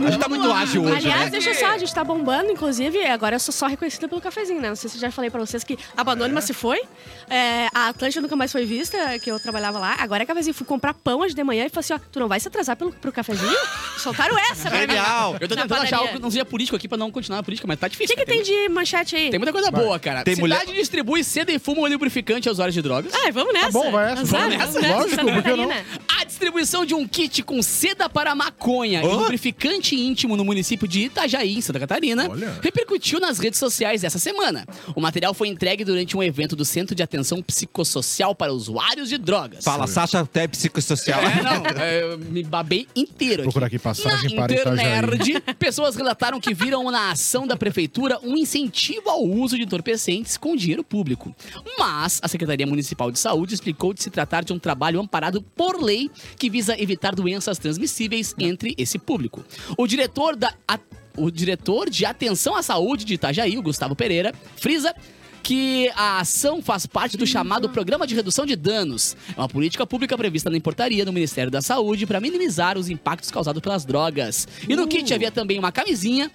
A: A gente tá muito ágil hoje,
C: Aliás,
A: né?
C: deixa só, a gente tá bombando, inclusive, agora eu sou só reconhecida pelo cafezinho, né? Não sei se eu já falei pra vocês que a Banônima se foi, é, a Atlântica nunca mais foi vista, que eu trabalhava lá, agora é cafezinho. Fui comprar pão hoje de manhã e falei assim, ó, tu não vai se atrasar pelo, pro cafezinho? Soltaram essa pra mim.
A: Genial!
B: Eu tô
C: Na
B: tentando achar
C: padaria.
B: algo que não seja político aqui pra não continuar a política, mas tá
C: O que,
B: difícil.
C: que tem de manchete aí?
B: Tem muita coisa boa, cara.
A: Tem
B: Cidade
A: mulher-
B: distribui seda e fuma um lubrificante aos usuários de drogas.
C: Ai, Ah, vamos nessa.
D: bom, vai essa,
C: Azar,
D: vamos nessa.
C: vamos nessa,
D: Lógico,
C: Santa
D: por que não?
C: Catarina.
B: A distribuição de um kit com seda para maconha e
A: Hã?
B: lubrificante íntimo no município de Itajaí, em Santa Catarina,
D: Olha.
B: repercutiu nas redes sociais essa semana. O material foi entregue durante um evento do Centro de Atenção Psicossocial para Usuários de Drogas.
A: Fala, Sasha, até psicossocial.
B: É, não, é, eu me babei inteiro aqui.
D: Procurar aqui
C: Ah,
D: passagem
B: na
D: para Itajaí.
B: internet, pessoas relataram que viram na ação da prefeitura um incentivo ao uso de entorpecentes com dinheiro público. Mas a Secretaria Municipal de Saúde explicou de se tratar de um trabalho amparado por lei que visa evitar doenças transmissíveis entre esse público. O diretor da a- o diretor de Atenção à Saúde de Itajaí, o Gustavo Pereira, frisa que a ação faz parte do chamado Programa de Redução de Danos. É uma política pública prevista na importaria do Ministério da Saúde para minimizar os impactos causados pelas drogas. E no kit havia também uma camisinha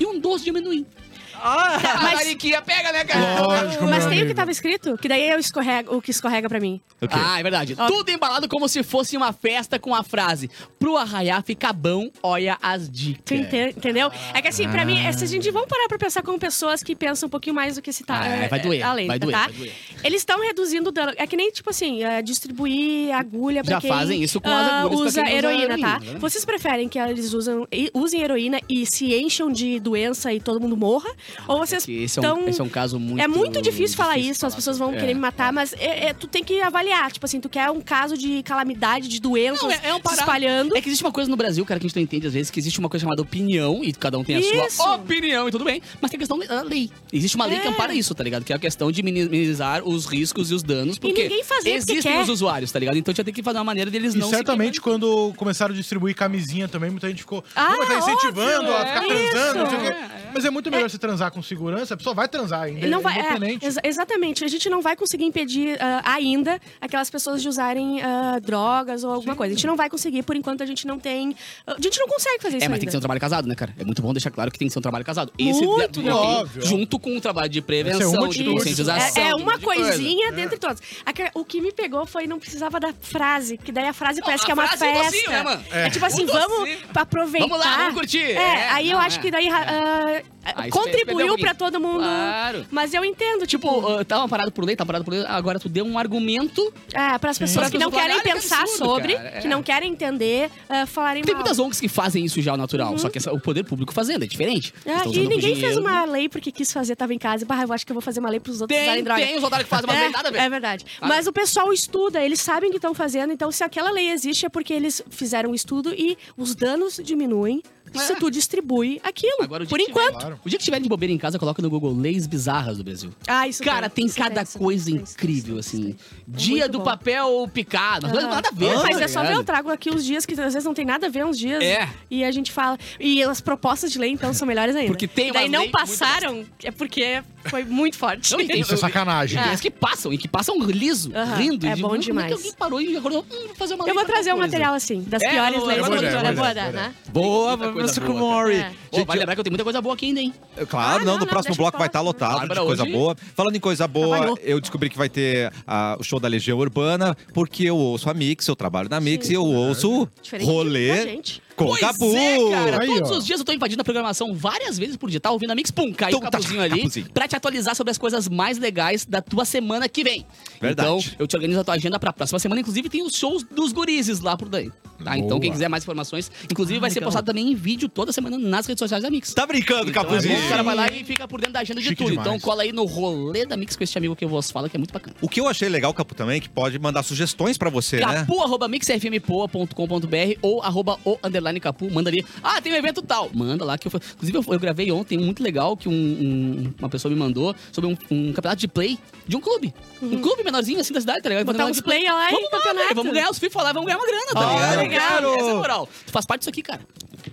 B: e um doce de amendoim. A mariquinha pega, né, cara?
D: Lógico, meu
C: Mas tem o
D: amigo.
C: que tá tava escrito, que daí eu escorrego, o que escorrega pra mim.
A: O quê?
B: Ah, é verdade. Tudo embalado como se fosse uma festa com a frase Pro arraiar fica bom, olha as
C: Tu
B: dicas.
C: ente- entendeu? É que assim, pra mim, é, se a gente vamos parar pra pensar como pessoas que pensam um pouquinho mais do que se tá.
B: Ah,
C: é,
B: vai doer,
C: além,
B: vai doer,
C: tá?
B: vai doer.
C: Eles estão reduzindo o dano. É que nem, tipo assim, é, distribuir agulha pra
B: Já
C: quem...
B: fazem isso com as
C: ah,
B: agulhas pra
C: usa
B: quem usa
C: heroína, tá?
B: heroína, né?
C: Vocês preferem que eles usam, e- usem heroína e se encham de doença e todo mundo morra? Ou vocês
B: Que Esse, é
C: tão-
B: um, esse é um caso muito.
C: é muito difícil falar isso, as
B: falar.
C: pessoas vão
B: É.
C: querer me matar, mas é- é, tu tem que avaliar. Tipo assim, tu quer um caso de calamidade, de doenças
B: Não, é- é um
C: se
B: pará-
C: espalhando.
B: É que existe uma coisa no Brasil, cara, que a gente não entende às vezes, que existe uma coisa chamada opinião, e cada um tem a
C: Isso.
B: sua opinião, e tudo bem. Mas tem a questão da lei. Existe uma lei que
C: É.
B: ampara isso, tá ligado? Que é a questão de minimizar os riscos e os danos, porque
C: ninguém fazer porque
B: existem
C: quer.
B: os usuários, tá ligado? Então tinha que ter que fazer uma maneira deles
D: E
B: não
D: certamente quando começaram a distribuir camisinha também, muita gente ficou,
C: Ah,
D: "Não, mas tá incentivando
C: óbvio,
D: a ficar
C: é.
D: transando, não sei o
C: Isso.
D: quê. Mas é muito melhor você transar com segurança, a pessoa vai transar ainda,
C: Ele não vai, é,
D: independente.
C: exa- exatamente. A gente não vai conseguir impedir ah, ainda aquelas pessoas de usarem ah, drogas ou alguma coisa. A gente não vai conseguir, por enquanto a gente não tem. ah, A gente não consegue fazer isso
B: É, mas tem
C: ainda.
B: que ser um trabalho casado, né, cara? É muito bom deixar claro que tem que ser um trabalho casado. Esse
C: Muito,
B: né, tem-
D: né? Óbvio.
B: junto com o trabalho de prevenção,
D: Essa é
B: de
D: uma
C: Isso.
D: atitude.
B: conscientização.
C: É, é uma
B: de coisa.
C: coisinha dentre todas. Aque- O que me pegou foi não precisava da frase, que daí a frase parece
B: a
C: que é uma
B: frase é um
C: festa.
B: docinho, né, mano?
C: É tipo assim,
B: Um
C: vamos
B: docinho.
C: aproveitar.
B: Vamos lá, vamos curtir.
C: É,
B: É,
C: aí eu
B: não,
C: acho
B: é.
C: que daí ah,
B: Aí você perdeu um
C: contribuiu
B: pouquinho.
C: pra todo mundo.
B: Claro.
C: Mas eu entendo, tipo,
B: Tipo, ah, tava parado por lei, tava parado por lei. Agora tu deu um argumento
C: É, para as pessoas
B: Pras
C: que não
B: pessoas
C: querem
B: falarem, que é
C: pensar
B: absurdo,
C: sobre,
B: cara, é.
C: que não querem entender, ah, falarem
B: Tem
C: mal.
B: muitas ONGs que fazem isso já ao natural, só que essa- o poder público fazendo é diferente.
C: Uhum. É,
B: Eles tão
C: e
B: usando
C: ninguém
B: com
C: fez
B: dinheiro.
C: uma lei porque quis fazer, tava em casa. Bah, eu acho que eu vou fazer uma lei pros outros
B: Tem,
C: usarem droga.
B: tem os otários que fazem, mas não
C: é,
B: tem nada a ver.
C: é verdade. Mas o pessoal estuda, eles sabem o que estão fazendo. Então, se aquela lei existe, é porque eles fizeram um estudo e os danos diminuem se tu distribui aquilo.
B: É. Agora, o é dia
C: é. por
B: que tiver-
C: enquanto.
D: Claro.
B: O dia que tiver de bobeira em casa, coloca no Google leis bizarras do Brasil.
C: Ah, isso
B: Cara, tem
C: isso
B: cada
C: isso
B: coisa
C: tem, isso tem,
B: incrível,
C: isso tem,
B: assim.
C: isso
B: Dia
C: Muito
B: do
C: bom.
B: papel picado.
C: Aham.
B: Nada a ver,
C: tem.
B: tá
C: Mas é só ver, eu
B: ligado?
C: trago aqui os dias que às vezes não tem nada a ver uns dias.
B: É.
C: E a gente fala. E as propostas de lei, então, são melhores ainda.
B: Porque tem
C: E Daí
B: umas
C: não
B: leis muito
C: passaram, é porque foi muito forte.
B: Não, e tem-
D: Isso é sacanagem.
B: E tem as que passam, e que passam liso,
C: Aham,
B: rindo.
C: é
B: e de-
C: bom
B: como que
C: demais.
B: alguém parou e acordou, hum, vou fazer uma lei
C: Eu vou
B: pra
C: trazer
B: tal
C: um
B: coisa.
C: material assim, das
B: É,
C: piores
B: boa,
C: leis
D: boa
C: do
D: ideia,
C: mundo.
D: boa
C: Era boa,
D: ideia, boa
C: né?
A: Boa,
B: muita coisa
A: Mr.
B: boa, É.
A: Kumori.
C: cara.
B: Ô, vai lembrar que eu tenho muita coisa boa aqui ainda, hein?
A: Claro,
C: Ah,
A: não,
C: não,
A: no
C: não,
A: próximo
C: deixa
A: bloco
C: eu
A: vai estar
C: falar. Então
A: lotado
B: Bárbara,
A: de coisa
B: hoje-
A: boa. Falando em coisa boa,
C: Trabalhou.
A: eu descobri que vai ter ah, o show da Legião Urbana, porque eu ouço a Mix, eu trabalho na Mix e eu ouço
C: Diferente da
A: rolê
C: gente.
A: com
B: pois
A: Gabu.
B: é, cara.
D: Aí,
B: Todos
D: ó.
B: os dias eu tô invadindo a programação várias vezes por dia, tá? Ouvindo a Mix, pum,
A: Tum,
B: caiu o
A: tá,
B: capuzinho ali
A: capuzinho.
B: pra te atualizar sobre as coisas mais legais da tua semana que vem.
A: Verdade.
B: Então, eu te organizo a tua agenda pra próxima semana. Inclusive, tem os shows dos gurizes lá por daí. Tá? Então,
D: Boa.
B: quem quiser mais informações, inclusive vai ser
E: legal.
B: postado também em vídeo toda semana nas redes sociais da Mix.
A: Tá brincando,
B: Então, é
A: Capuzinho?
B: bom, o cara vai lá e fica por dentro da agenda de
D: Chique
B: tudo.
D: demais.
B: Então cola aí no rolê da Mix com este amigo que eu vos falo, que é muito bacana.
A: O que eu achei legal, Capu, também, é que pode mandar sugestões pra você, né?
B: Capu, arroba mixfmpoa.com.br ou arroba o underline capu, manda ali. Ah, tem um evento tal. Manda lá que eu fui. Inclusive, eu, eu gravei ontem um muito legal que um- um- uma pessoa me mandou sobre um, um campeonato de play de um clube. Um clube menorzinho assim da cidade, tá ligado?
C: Botar
B: Fazendo
C: uns
B: de play.
C: play lá e
B: Vamos lá,
C: campeonato.
B: velho, Vamos ganhar os FIFA lá, vamos ganhar uma grana, tá
A: Ah,
B: ligado?
A: legal.
B: Cara, Essa é a moral. Tu faz parte disso aqui, cara.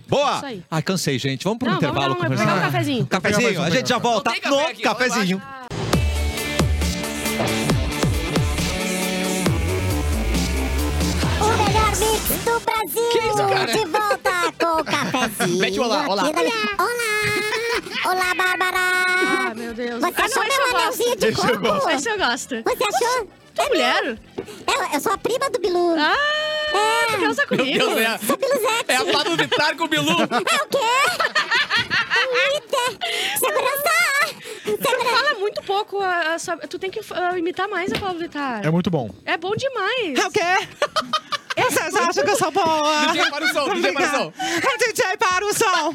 A: Boa!
C: Isso aí.
A: Ai, cansei, gente. Vamos pro
C: Não, vamos
A: intervalo
C: dar um- pegar um
A: conversar.
C: cafezinho.
A: Cafezinho, a gente já volta
B: Não tem café
A: no
B: aqui, vamos
A: cafezinho.
G: O melhor mix do Brasil.
B: Que isso, cara?
G: De volta com o cafezinho.
B: Mete o olá, olá.
G: aqui na minha- Olá. Olá, Bárbara.
C: Ah, meu Deus.
G: Você
C: Ah,
G: achou
C: não, esse
G: tá meu
C: eu gosto.
G: anelzinho de
D: Esse eu
G: coco? tá
C: Esse eu gosto.
G: Você achou?
C: Tu mulher?
G: Eu, eu sou a prima do Bilu. É.
C: Ah, tu quer usar comigo?
G: Sou Biluzete.
B: É a Pablo Vittar com o Bilu.
G: É o quê? Eita. Segurança.
C: Tu fala muito pouco. ah, ah, sobre- Tu tem que ah, imitar mais a Pablo Vittar.
D: É muito bom.
B: um-
C: É bom demais.
H: O quê? Eu acho que eu sou boa.
B: DJ para o som, DJ para o som.
H: É DJ para o som.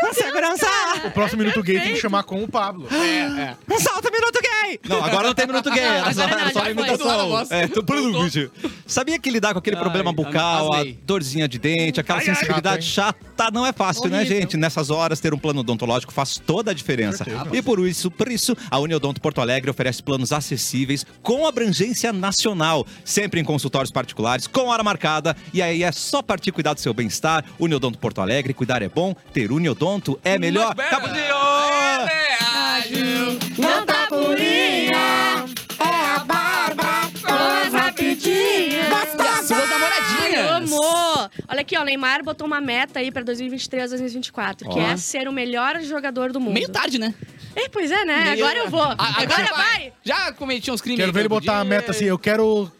H: Com segurança.
D: O próximo
C: É
D: Minuto Gay tem que chamar com o
C: Ah,
D: Pablo.
B: É, é.
H: Solta o minuto gay.
A: Não, agora não tem minuto gay, era só,
B: Agora um não,
A: era só
B: já
A: a
B: foi, tudo lá na
A: imitação.
B: voz.
A: É, tô bruto. Sabia que lidar com aquele
B: Ai,
A: problema bucal, a
B: arrasei.
A: dorzinha de dente, aquela sensibilidade chata, não é fácil, né, gente? Nessas horas, ter um plano odontológico faz toda a diferença. E por isso, por isso, a Uniodonto Porto Alegre oferece planos acessíveis com abrangência nacional, sempre em consultórios particulares, com hora marcada. E aí é só partir cuidar do seu bem-estar. Uniodonto Porto Alegre, cuidar é bom, ter Uniodonto é melhor. Capuzinho!
G: Não tá purinha. É a Bárbara. Com rapidinho.
B: Das
G: Gostosa.
B: suas namoradinhas.
C: Amor! Olha aqui, ó, o Neymar botou uma meta aí pra 2023, 2024, que
B: Ó.
C: é ser o melhor jogador do mundo.
B: Meio tarde, né?
C: É, pois é, né? Agora eu vou.
B: A-
C: Agora vai.
B: Já cometi uns crimes.
D: Quero
B: aí
D: ver ele
B: todo
D: botar uma
B: dia.
D: meta assim, eu quero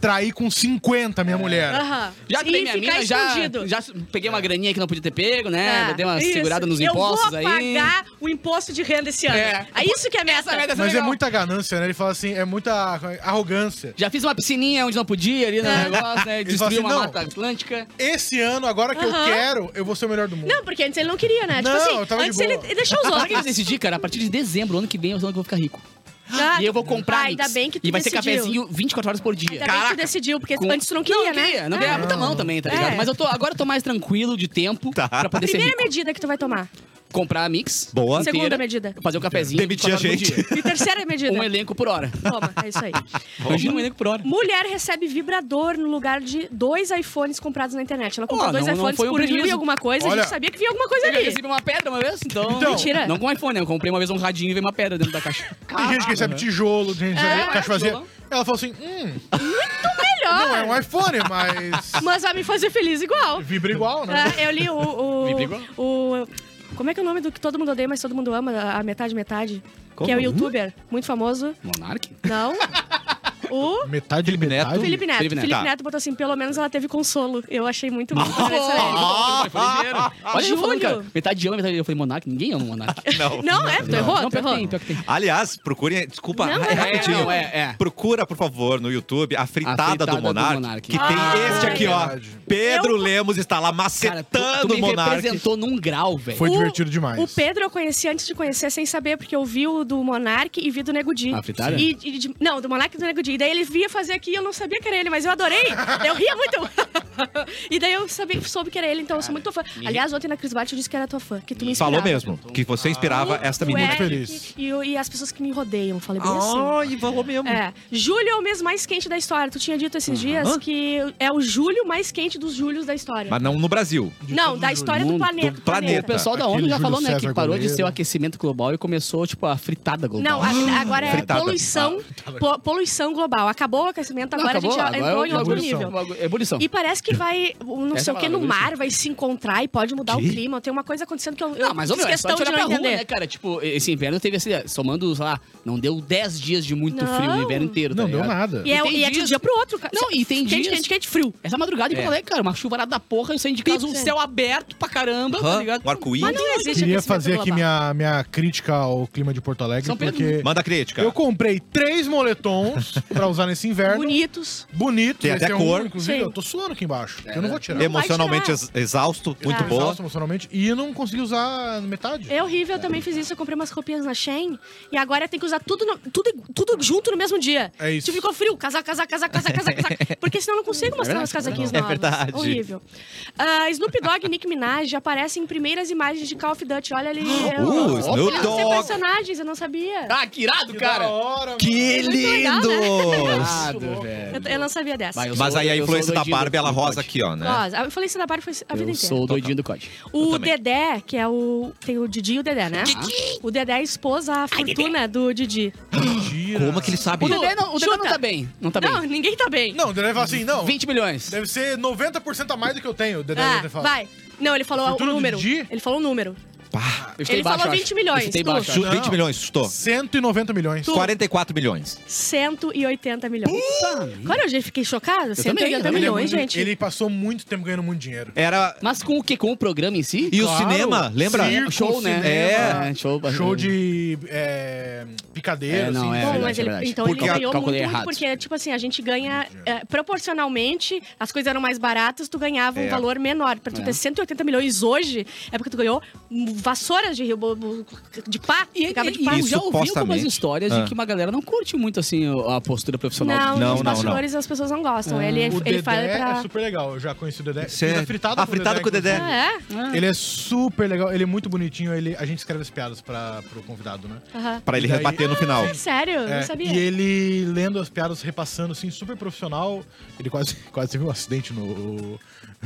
D: trair com 50
C: É.
D: minha mulher.
C: Aham.
B: Já
C: E
B: tem minha
C: ficar
B: mina, já,
C: escondido.
B: já peguei uma graninha que não podia ter pego, né?
C: É,
B: Dei uma
C: isso.
B: segurada nos impostos
C: eu
B: aí.
C: vou pagar o imposto de renda esse ano.
B: É.
C: É, isso que é a meta.
B: Essa meta é
D: Mas é
B: legal.
D: muita ganância, né? Ele fala assim, é muita arrogância.
B: Já fiz uma piscininha onde não podia ali no
C: Ah.
B: negócio, né?
D: Ele fala
B: Destruí
D: assim,
B: uma
D: não.
B: mata atlântica.
D: Esse ano, agora que eu
C: Aham.
D: quero, eu vou ser o melhor do mundo.
C: Não, porque antes ele não queria, né?
D: Não,
C: tipo assim,
D: eu tava de
C: antes
D: boa.
C: ele ele deixou os
B: Sabe o Ah, que eu
C: outros.
B: decidi, cara? A partir de dezembro, ano que vem, é o ano que eu vou ficar rico.
C: Ah,
B: e eu vou comprar
C: ah, ainda
B: mix.
C: bem que tu
B: E vai ser
C: decidiu.
B: cafezinho 24 horas por dia.
C: Ainda bem que tu decidiu, porque
B: Com-
C: antes tu não queria,
B: não,
C: né?
B: Queria, não
C: Ah.
B: queria muita mão também, tá ligado?
C: É.
B: Mas eu tô, agora eu tô mais tranquilo de tempo
D: Tá.
B: pra poder ser
C: Primeira
B: rico.
C: medida que tu vai tomar.
B: Comprar a mix.
A: Boa.
B: inteira,
C: Segunda medida.
B: Fazer o cafezinho.
A: Demitir a
B: 24 horas por
C: E terceira medida.
B: dia. Um elenco por hora.
C: Toma, é isso aí.
B: Imagina um elenco por hora.
C: Mulher recebe vibrador no lugar de dois iPhones comprados na internet. Ela comprou
B: Ó,
C: dois
B: não- não
C: iPhones
B: foi um
C: por mil e
B: prejuízo.
C: alguma coisa. a
D: Olha-
C: gente sabia que vinha alguma coisa
B: Eu já
C: ali.
B: recebi uma pedra uma vez, então...
D: Então-
C: é Mentira.
B: Não com iPhone, né? Eu comprei uma vez um radinho e veio uma pedra dentro da caixa.
D: Tem gente que recebe tijolo, tem gente que
C: É,
D: recebe caixa vazia.
B: tijolão.
D: Ela falou assim, hum,
C: Melhor.
D: não é um iPhone, mas
C: Mas vai me fazer feliz igual.
D: vibra igual, né?
C: Ah, eu li o. o-
B: Vibra igual.
C: o- como é que é o nome do que todo mundo odeia, mas todo mundo ama? A a metade, metade? Que
B: Hum?
C: é o youtuber, muito famoso.
B: Monark?
C: Não. O
D: É. Metade
A: Felipe Neto.
C: Felipe Neto.
B: Hum. Felipe
C: Felipe
B: Neto.
C: Neto,
A: Tá.
C: botou assim, pelo menos ela teve consolo. Eu achei muito bom.
B: Ah, foi ligeiro. Olha eu
C: Júlio.
B: falando, cara. Metade ama, metade... Eu falei, Monark? Ninguém ama Monark.
A: Não.
C: Não, é, tu errou, tu
B: não, pior que tem,
C: errou.
B: pior que tem.
A: Aliás, procurem. Desculpa,
C: Não,
A: é
C: é.
A: rapidinho.
B: É, não, é, é.
A: Procura, por favor, no YouTube a fritada,
B: fritada
A: do,
B: do
A: Monark,
B: Monark.
A: Que tem
C: Ah,
A: este aqui, ó.
D: verdade.
A: Pedro Lemos está lá macetando
B: tu, tu
A: o
B: me
A: Monark.
B: representou num grau, velho.
D: Foi
C: O-
D: divertido demais.
C: O Pedro eu conheci antes de conhecer, sem saber, porque eu vi o do Monark e vi do Nego Di.
B: Ah, fritária?
C: E- e de- não, do Monark e do Nego Di. E daí ele via fazer aqui e eu não sabia que era ele, mas eu adorei. eu ria muito. e daí eu sabe- soube que era ele, então eu sou muito fã. Aliás, ontem na Cris Bate eu disse que era tua fã, que tu me inspirava. Ah,
A: Falou mesmo que você inspirava esta
C: Tu,
A: menina.
C: Eric,
D: feliz.
C: E, e as pessoas que me rodeiam. Falei bem assim.
A: Ah, e falou mesmo.
C: É. Julho é o mês mais quente da história. Tu tinha dito esses dias que é o julho mais quente dos julhos da história.
A: Mas não no Brasil.
C: não, da história do
B: mundo,
C: planeta.
A: do
B: O
A: planeta.
B: pessoal da
D: Aquele
B: ONU já
D: Júlio
B: falou, né,
D: César
B: que parou de
D: goleiro.
B: ser o aquecimento global e começou, tipo, a fritada global.
C: Não, a- agora é
A: Fritada.
C: poluição, po- poluição global. Acabou o aquecimento,
B: Ah, tá Não,
C: agora
B: acabou,
C: a gente já
B: agora
C: entrou
B: é
C: em outro
B: ebulição.
C: nível.
B: É Ebulição.
C: E parece que vai, o não
B: Essa é
C: sei o que, no
B: palavra,
C: mar, vai se encontrar e pode mudar
A: Que?
C: o clima. Tem uma coisa acontecendo que eu, eu
B: Não, mas ô,
C: fiz
B: meu, é só
C: questão
B: a gente
C: de
B: olhar pra
C: não
B: rua,
C: entender.
B: né, cara? Tipo, esse inverno teve assim, somando, sei lá, não deu 10 dias de muito
C: Não.
B: frio o inverno inteiro, tá
D: Não deu
B: ligado?
D: nada.
C: E é,
B: E tem
C: e é de um
B: dias-
C: dia pro outro, cara.
B: Não, e tem
C: quente,
B: dias-
C: quente, quente, frio.
B: Essa madrugada em
A: É.
B: Porto Alegre, cara, uma chuvarada da porra, eu saí de casa, um
C: Pizza.
B: céu aberto pra caramba, tá
A: Hã?
B: ligado?
A: O arco-íris.
C: Mas não existe
D: Queria
C: aquecimento
D: fazer aqui
C: global.
D: minha, minha crítica ao clima de Porto Alegre,
B: São Pedro.
D: porque
A: Manda crítica.
D: é. eu comprei três moletons pra usar nesse inverno. Bonito.
C: Bonitos.
A: Tem
D: esse
A: até
D: é
A: cor. É
D: inclusive,
C: Sim.
D: eu tô suando aqui embaixo. eu não vou tirar.
A: Emocionalmente
C: Vai
A: ex- exausto, muito
C: Ah.
D: Tô
A: boa.
D: exausto emocionalmente e eu não consegui usar metade.
C: É horrível, eu também fiz isso. Eu comprei umas roupinhas na Shein e agora tem que usar tudo, no- tudo, tudo junto no mesmo dia.
D: É isso.
C: Tipo, ficou frio, casaco, casaco, casaco, casaco, casaco, casaco. Porque senão eu não consigo mostrar meus casaquinhos
A: É
C: novos.
A: verdade.
C: Horrível. Ah, Snoop Dogg e Nick Minaj aparecem em primeiras imagens de Call of Duty. Olha ali.
A: Uh, Snoop
C: Eles vão ser
A: Dogg.
C: personagens, eu não sabia.
B: Ah, que irado, cara!
D: hora,
A: Que
C: legal,
A: lindo!
B: Irado, velho.
C: Eu, eu não sabia dessa.
B: Vai, eu
A: Mas
B: sou-
A: aí a
B: eu sou
A: influência da
B: doidinho do
A: Barbie, ela
B: Pink
A: rosa
B: Floyd.
A: aqui, ó, né?
C: Ó, eu falei isso da Barbie foi a vida
B: Eu
C: inteira.
B: sou o doidinho do COD.
C: O
A: também.
C: Dedé, que é o. Tem o Didi e o Dedé, né? O Dedé expôs a fortuna do Didi.
A: Como é que ele sabe?
B: O Dedé não, o Dedé não
C: Chuta.
B: tá bem. Não tá
C: não,
B: bem.
C: ninguém tá bem.
D: Não, deve falar assim, não.
B: 20 milhões.
D: Deve ser 90% a mais do que eu tenho. Dedé
C: Ah,
D: deve falar.
C: vai. Não, ele falou
D: Fortuna
C: o
D: do
C: número.
D: Didi?
C: Ele falou o número.
A: Pá,
B: Eu chutei
C: Ele
B: baixo,
C: falou
B: eu acho.
C: 20 milhões.
B: Eu chutei
C: Tu.
B: baixo, eu acho.
A: chu- 20 milhões, estou.
D: 190 milhões.
A: 44 milhões.
C: 180 milhões. Agora eu já fiquei chocada. 180
B: também, eu
D: Ele é
C: milhões,
D: muito-
C: gente.
D: Ele passou muito tempo ganhando muito dinheiro.
A: Era.
B: Mas com o quê? Com o programa em si?
A: E o
D: Claro,
A: É cinema, lembra?
D: circo,
B: Show, né?
D: cinema,
B: É, show bastante.
D: Show de é, picadeira,
B: É, não,
D: assim.
B: é
C: Bom,
B: verdade,
C: mas ele,
B: verdade.
C: então
A: Porque
C: ele
A: eu
C: ganhou muito,
B: calculei errado.
C: porque, tipo assim, a gente ganha é, proporcionalmente, as coisas eram mais baratas, tu ganhava um
A: É.
C: valor menor. Pra tu ter 180 milhões hoje, é porque tu ganhou hum, vassouras de, de pá,
B: E,
C: ficava de
B: e,
C: pá.
B: e eu já ouvi algumas
A: supostamente-
B: histórias
A: Ah.
B: de que uma galera não curte muito, assim, a postura profissional.
C: Não,
B: do-
A: Não,
C: nos
A: não,
C: bastidores as pessoas não gostam. Ele,
D: Ah, O
C: ele
D: Dedé
C: fala pra...
D: é super legal. Eu já conheci o Dedé.
A: Cê-
D: Fiz a fritada
A: a fritada com o Dedé.
C: Ah, é?
D: inclusive. Ele é super legal. Ele é muito bonitinho. Ele, a gente escreve as piadas pra, pro convidado, né?
C: Aham.
A: Pra ele
D: E daí-
A: rebater no final.
C: Sério?
D: É,
C: não sabia.
D: E ele lendo as piadas, repassando, assim, super profissional. Ele quase, quase teve um acidente no...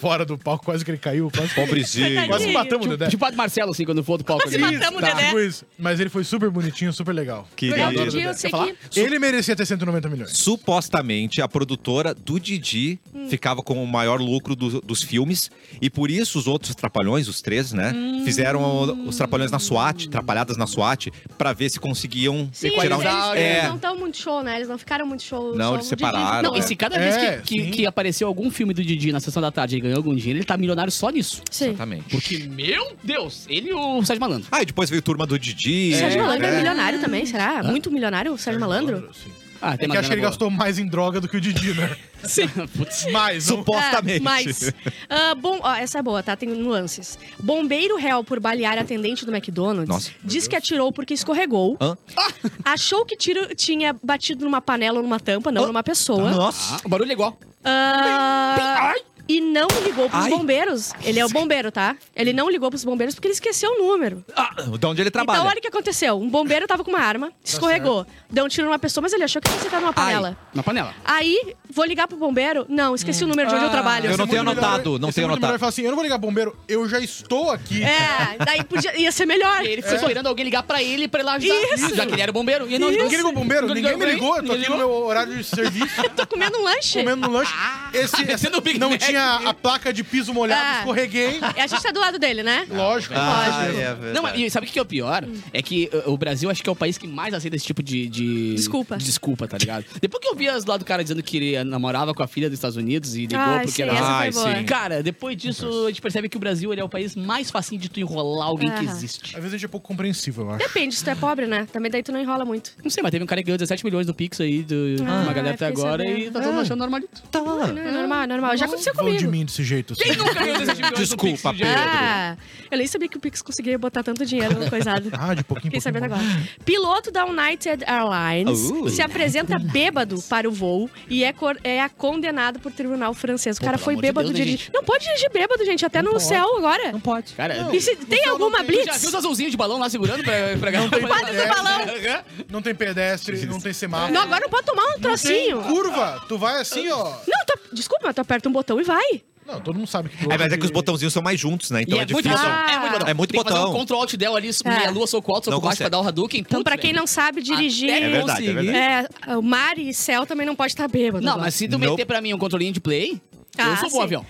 D: fora do palco, quase que ele caiu. Quase que,
A: Pobrezinho.
D: quase que
C: Tadinho.
D: matamos o Dedé.
B: Tipo, Marcelo, assim, quando for do palco.
C: Quase
B: ali.
C: matamos o
D: tá,
C: Dedé.
D: tipo isso. Mas ele foi super bonitinho, super legal.
C: Legal,
A: Querido.
C: Didi, eu sei
B: Quer
C: que...
D: Ele merecia ter 190 milhões.
A: Supostamente, a produtora do Didi ficava com o maior lucro do- dos filmes. E por isso, os outros Trapalhões, os três, né? Fizeram o- os Trapalhões na SWAT, Trapalhadas na SWAT, pra ver se conseguiam
C: Sim, eles,
A: tirar
C: eles,
A: um...
C: eles
A: É,
C: não estão muito show, né? Eles não ficaram muito show.
A: Não,
C: só
A: eles
C: o Didi-
A: separaram,
B: Não,
A: né?
B: e se cada
D: É,
B: vez que, que-
D: sim.
B: que apareceu algum filme do Didi na sessão da tarde ele ganhou algum dinheiro, ele tá milionário só nisso.
C: Sim.
A: Exatamente.
B: Porque, meu Deus, ele e o Sérgio Malandro.
A: Ah, e depois veio Turma do Didi.
C: O Sérgio Malandro é
A: né?
C: milionário também, será? Muito milionário o Sérgio Malandro?
D: Sim.
B: Ah,
D: É que
B: uma
D: eu acho que ele
B: grana
D: gastou mais em droga do que o Didi, né?
B: boa. Sim. Putz.
D: Mais, um.
A: Supostamente.
C: É, mas, ah, bom, ó, essa é boa, tá? Tem nuances. Bombeiro réu por balear atendente do McDonald's
A: Nossa.
C: diz que atirou porque escorregou.
A: Hã?
C: Achou que tiro tinha batido numa panela ou numa tampa, não
A: Hã?
C: numa pessoa.
A: Nossa.
B: O barulho é igual.
C: Ah, e não ligou pros
A: Ai.
C: bombeiros. Ele é o bombeiro, tá? Ele não ligou pros bombeiros porque ele esqueceu o número.
A: Ah, de onde ele trabalha.
C: Então, olha o que aconteceu. Um bombeiro tava com uma arma, escorregou, deu um tiro numa pessoa, mas ele achou que tinha acertado numa
A: Ai.
C: panela.
B: Na panela.
C: Aí, vou ligar pro bombeiro. Não, esqueci o número de onde eu trabalho.
A: eu não tenho
D: é Muito
A: anotado,
D: melhor-
A: não
D: ia ser
A: tenho
D: muito
A: anotado.
D: melhor ele falar assim, eu não vou ligar bombeiro, eu já estou aqui.
C: É, daí podia, ia ser melhor.
B: E
D: É.
B: ele ficou esperando alguém ligar pra ele pra ele lá ajudar.
C: Isso.
B: Já que ele era bombeiro. E ele não
D: Ninguém ligou bombeiro, ninguém me ligou, eu tô aqui no meu horário de serviço,
C: Tô comendo um lanche.
D: comendo no lanche. Esse,
B: Tá sendo o Big
D: não
B: Mac.
D: tinha a placa de piso molhado,
C: Ah.
D: escorreguei.
C: E a gente tá do lado dele, né?
D: Lógico.
A: Ah, é verdade.
B: Não, mas e sabe o que é o pior?
D: Hum.
B: É que uh, o Brasil acho que é o país que mais aceita esse tipo de. de-
C: Desculpa.
B: de desculpa, tá ligado? Depois que eu vi as lá do cara dizendo que ele namorava com a filha dos Estados Unidos e ligou
C: Ai,
B: porque
C: Ah, sim, é
B: era.
C: essa
A: Ai,
C: foi boa.
A: sim.
B: Cara, depois disso a gente percebe que o Brasil ele é o país mais facinho de tu enrolar alguém que
C: Aham.
B: existe.
D: Às vezes a gente é pouco compreensível, eu acho.
C: Depende, se tu é pobre, né? Também daí tu não enrola muito.
B: Não sei, mas teve um cara que ganhou 17 milhões no Pix aí de de
C: Ah,
B: uma galera
C: fiquei
B: até agora
C: sabendo.
B: e tá todo mundo achando normalito.
C: Não, é normal, é normal. Já aconteceu
D: Falam de
C: comigo.
D: mim desse jeito. assim.
B: Quem nunca ganhou 17 milhões no Pix?
A: Desculpa,
B: gente?
A: Pedro.
C: Ah, eu nem sabia que o Pix conseguia botar tanto dinheiro no coisado.
D: Ah, de pouquinho
C: Fiquei
D: em pouquinho.
C: sabendo agora. Piloto da United Airlines
A: Uh.
C: se apresenta bêbado para o voo e é, cor- é condenado por tribunal francês. O
B: Pô,
C: cara
B: pelo
C: foi
B: amor de
C: bêbado
B: Deus, né,
C: dirigir.
B: gente?
C: Não pode dirigir bêbado, gente, até no céu agora.
H: Não pode.
B: Cara,
C: E se tem alguma
B: tu já viu
C: blitz?
B: os azulzinhos de balão lá segurando pra, pra galera?
C: Quadro do balão.
D: Não tem pedestre, não tem semáforo.
C: Não, agora não pode tomar um
D: tem
C: trocinho.
D: curva. Tu vai assim, ó.
C: Não, tu- desculpa, mas tu aperta um botão e vai.
D: Não, todo mundo sabe que tu
A: É, mas é que os
D: de-
A: botãozinhos são mais juntos, né? Então
B: E
A: é,
B: é, muito
A: difícil.
B: botão.
C: Ah.
B: É muito botão.
A: É muito
B: Tem que fazer
A: botão.
B: um Ctrl Alt Del ali,
C: É.
B: meia lua, sou alto, sou
A: Não
B: baixo pra
A: consegue.
B: dar o Hadouken.
C: Então,
B: Putz,
C: pra quem
B: velho.
C: não sabe dirigir,
B: Até
A: É verdade, é
B: conseguir.
A: verdade.
C: é, o mar e céu também não pode estar bêbado.
B: Não,
C: agora.
B: mas se tu
A: Nope.
B: meter pra mim um controlinho de play,
C: Ah,
B: eu sou bom
C: sim.
B: avião.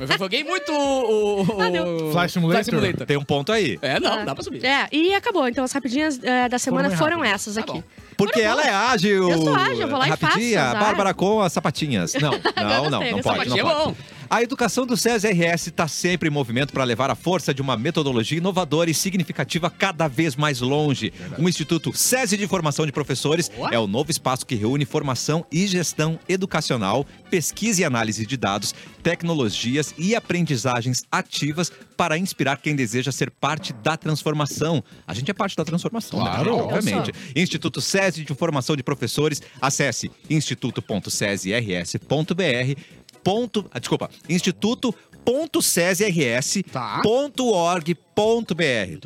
B: eu joguei muito o. o-
C: Ah, deu.
B: o-
D: Flight Simulator.
A: Tem um ponto aí.
B: É, não, dá pra subir.
C: É, e acabou. Então as rapidinhas eh, da semana
D: bem
C: foram,
D: rápidas.
C: essas
B: Tá
C: aqui.
B: bom.
A: Porque
C: Bora,
A: ela é ágil.
C: Eu sou ágil, eu vou lá e
A: Rapidinha,
C: faço, azar.
A: Bárbara com as sapatinhas. Não, não, não,
C: gostei,
A: não
C: essa
A: pode, não
B: sapatinha é
A: pode.
B: bom.
A: A educação do CES-RS está tá sempre em movimento para levar a força de uma metodologia inovadora e significativa cada vez mais longe. O Instituto SESI de Formação de Professores é o novo espaço que reúne formação e gestão educacional, pesquisa e análise de dados, tecnologias e aprendizagens ativas para inspirar quem deseja ser parte da transformação. A gente é parte da transformação, né?
B: Claro,
A: obviamente. Instituto SESI de Formação de Professores. Acesse instituto.sesrs.br. Ponto, ah, desculpa,
D: Tá.
A: instituto.cesrs.org.br.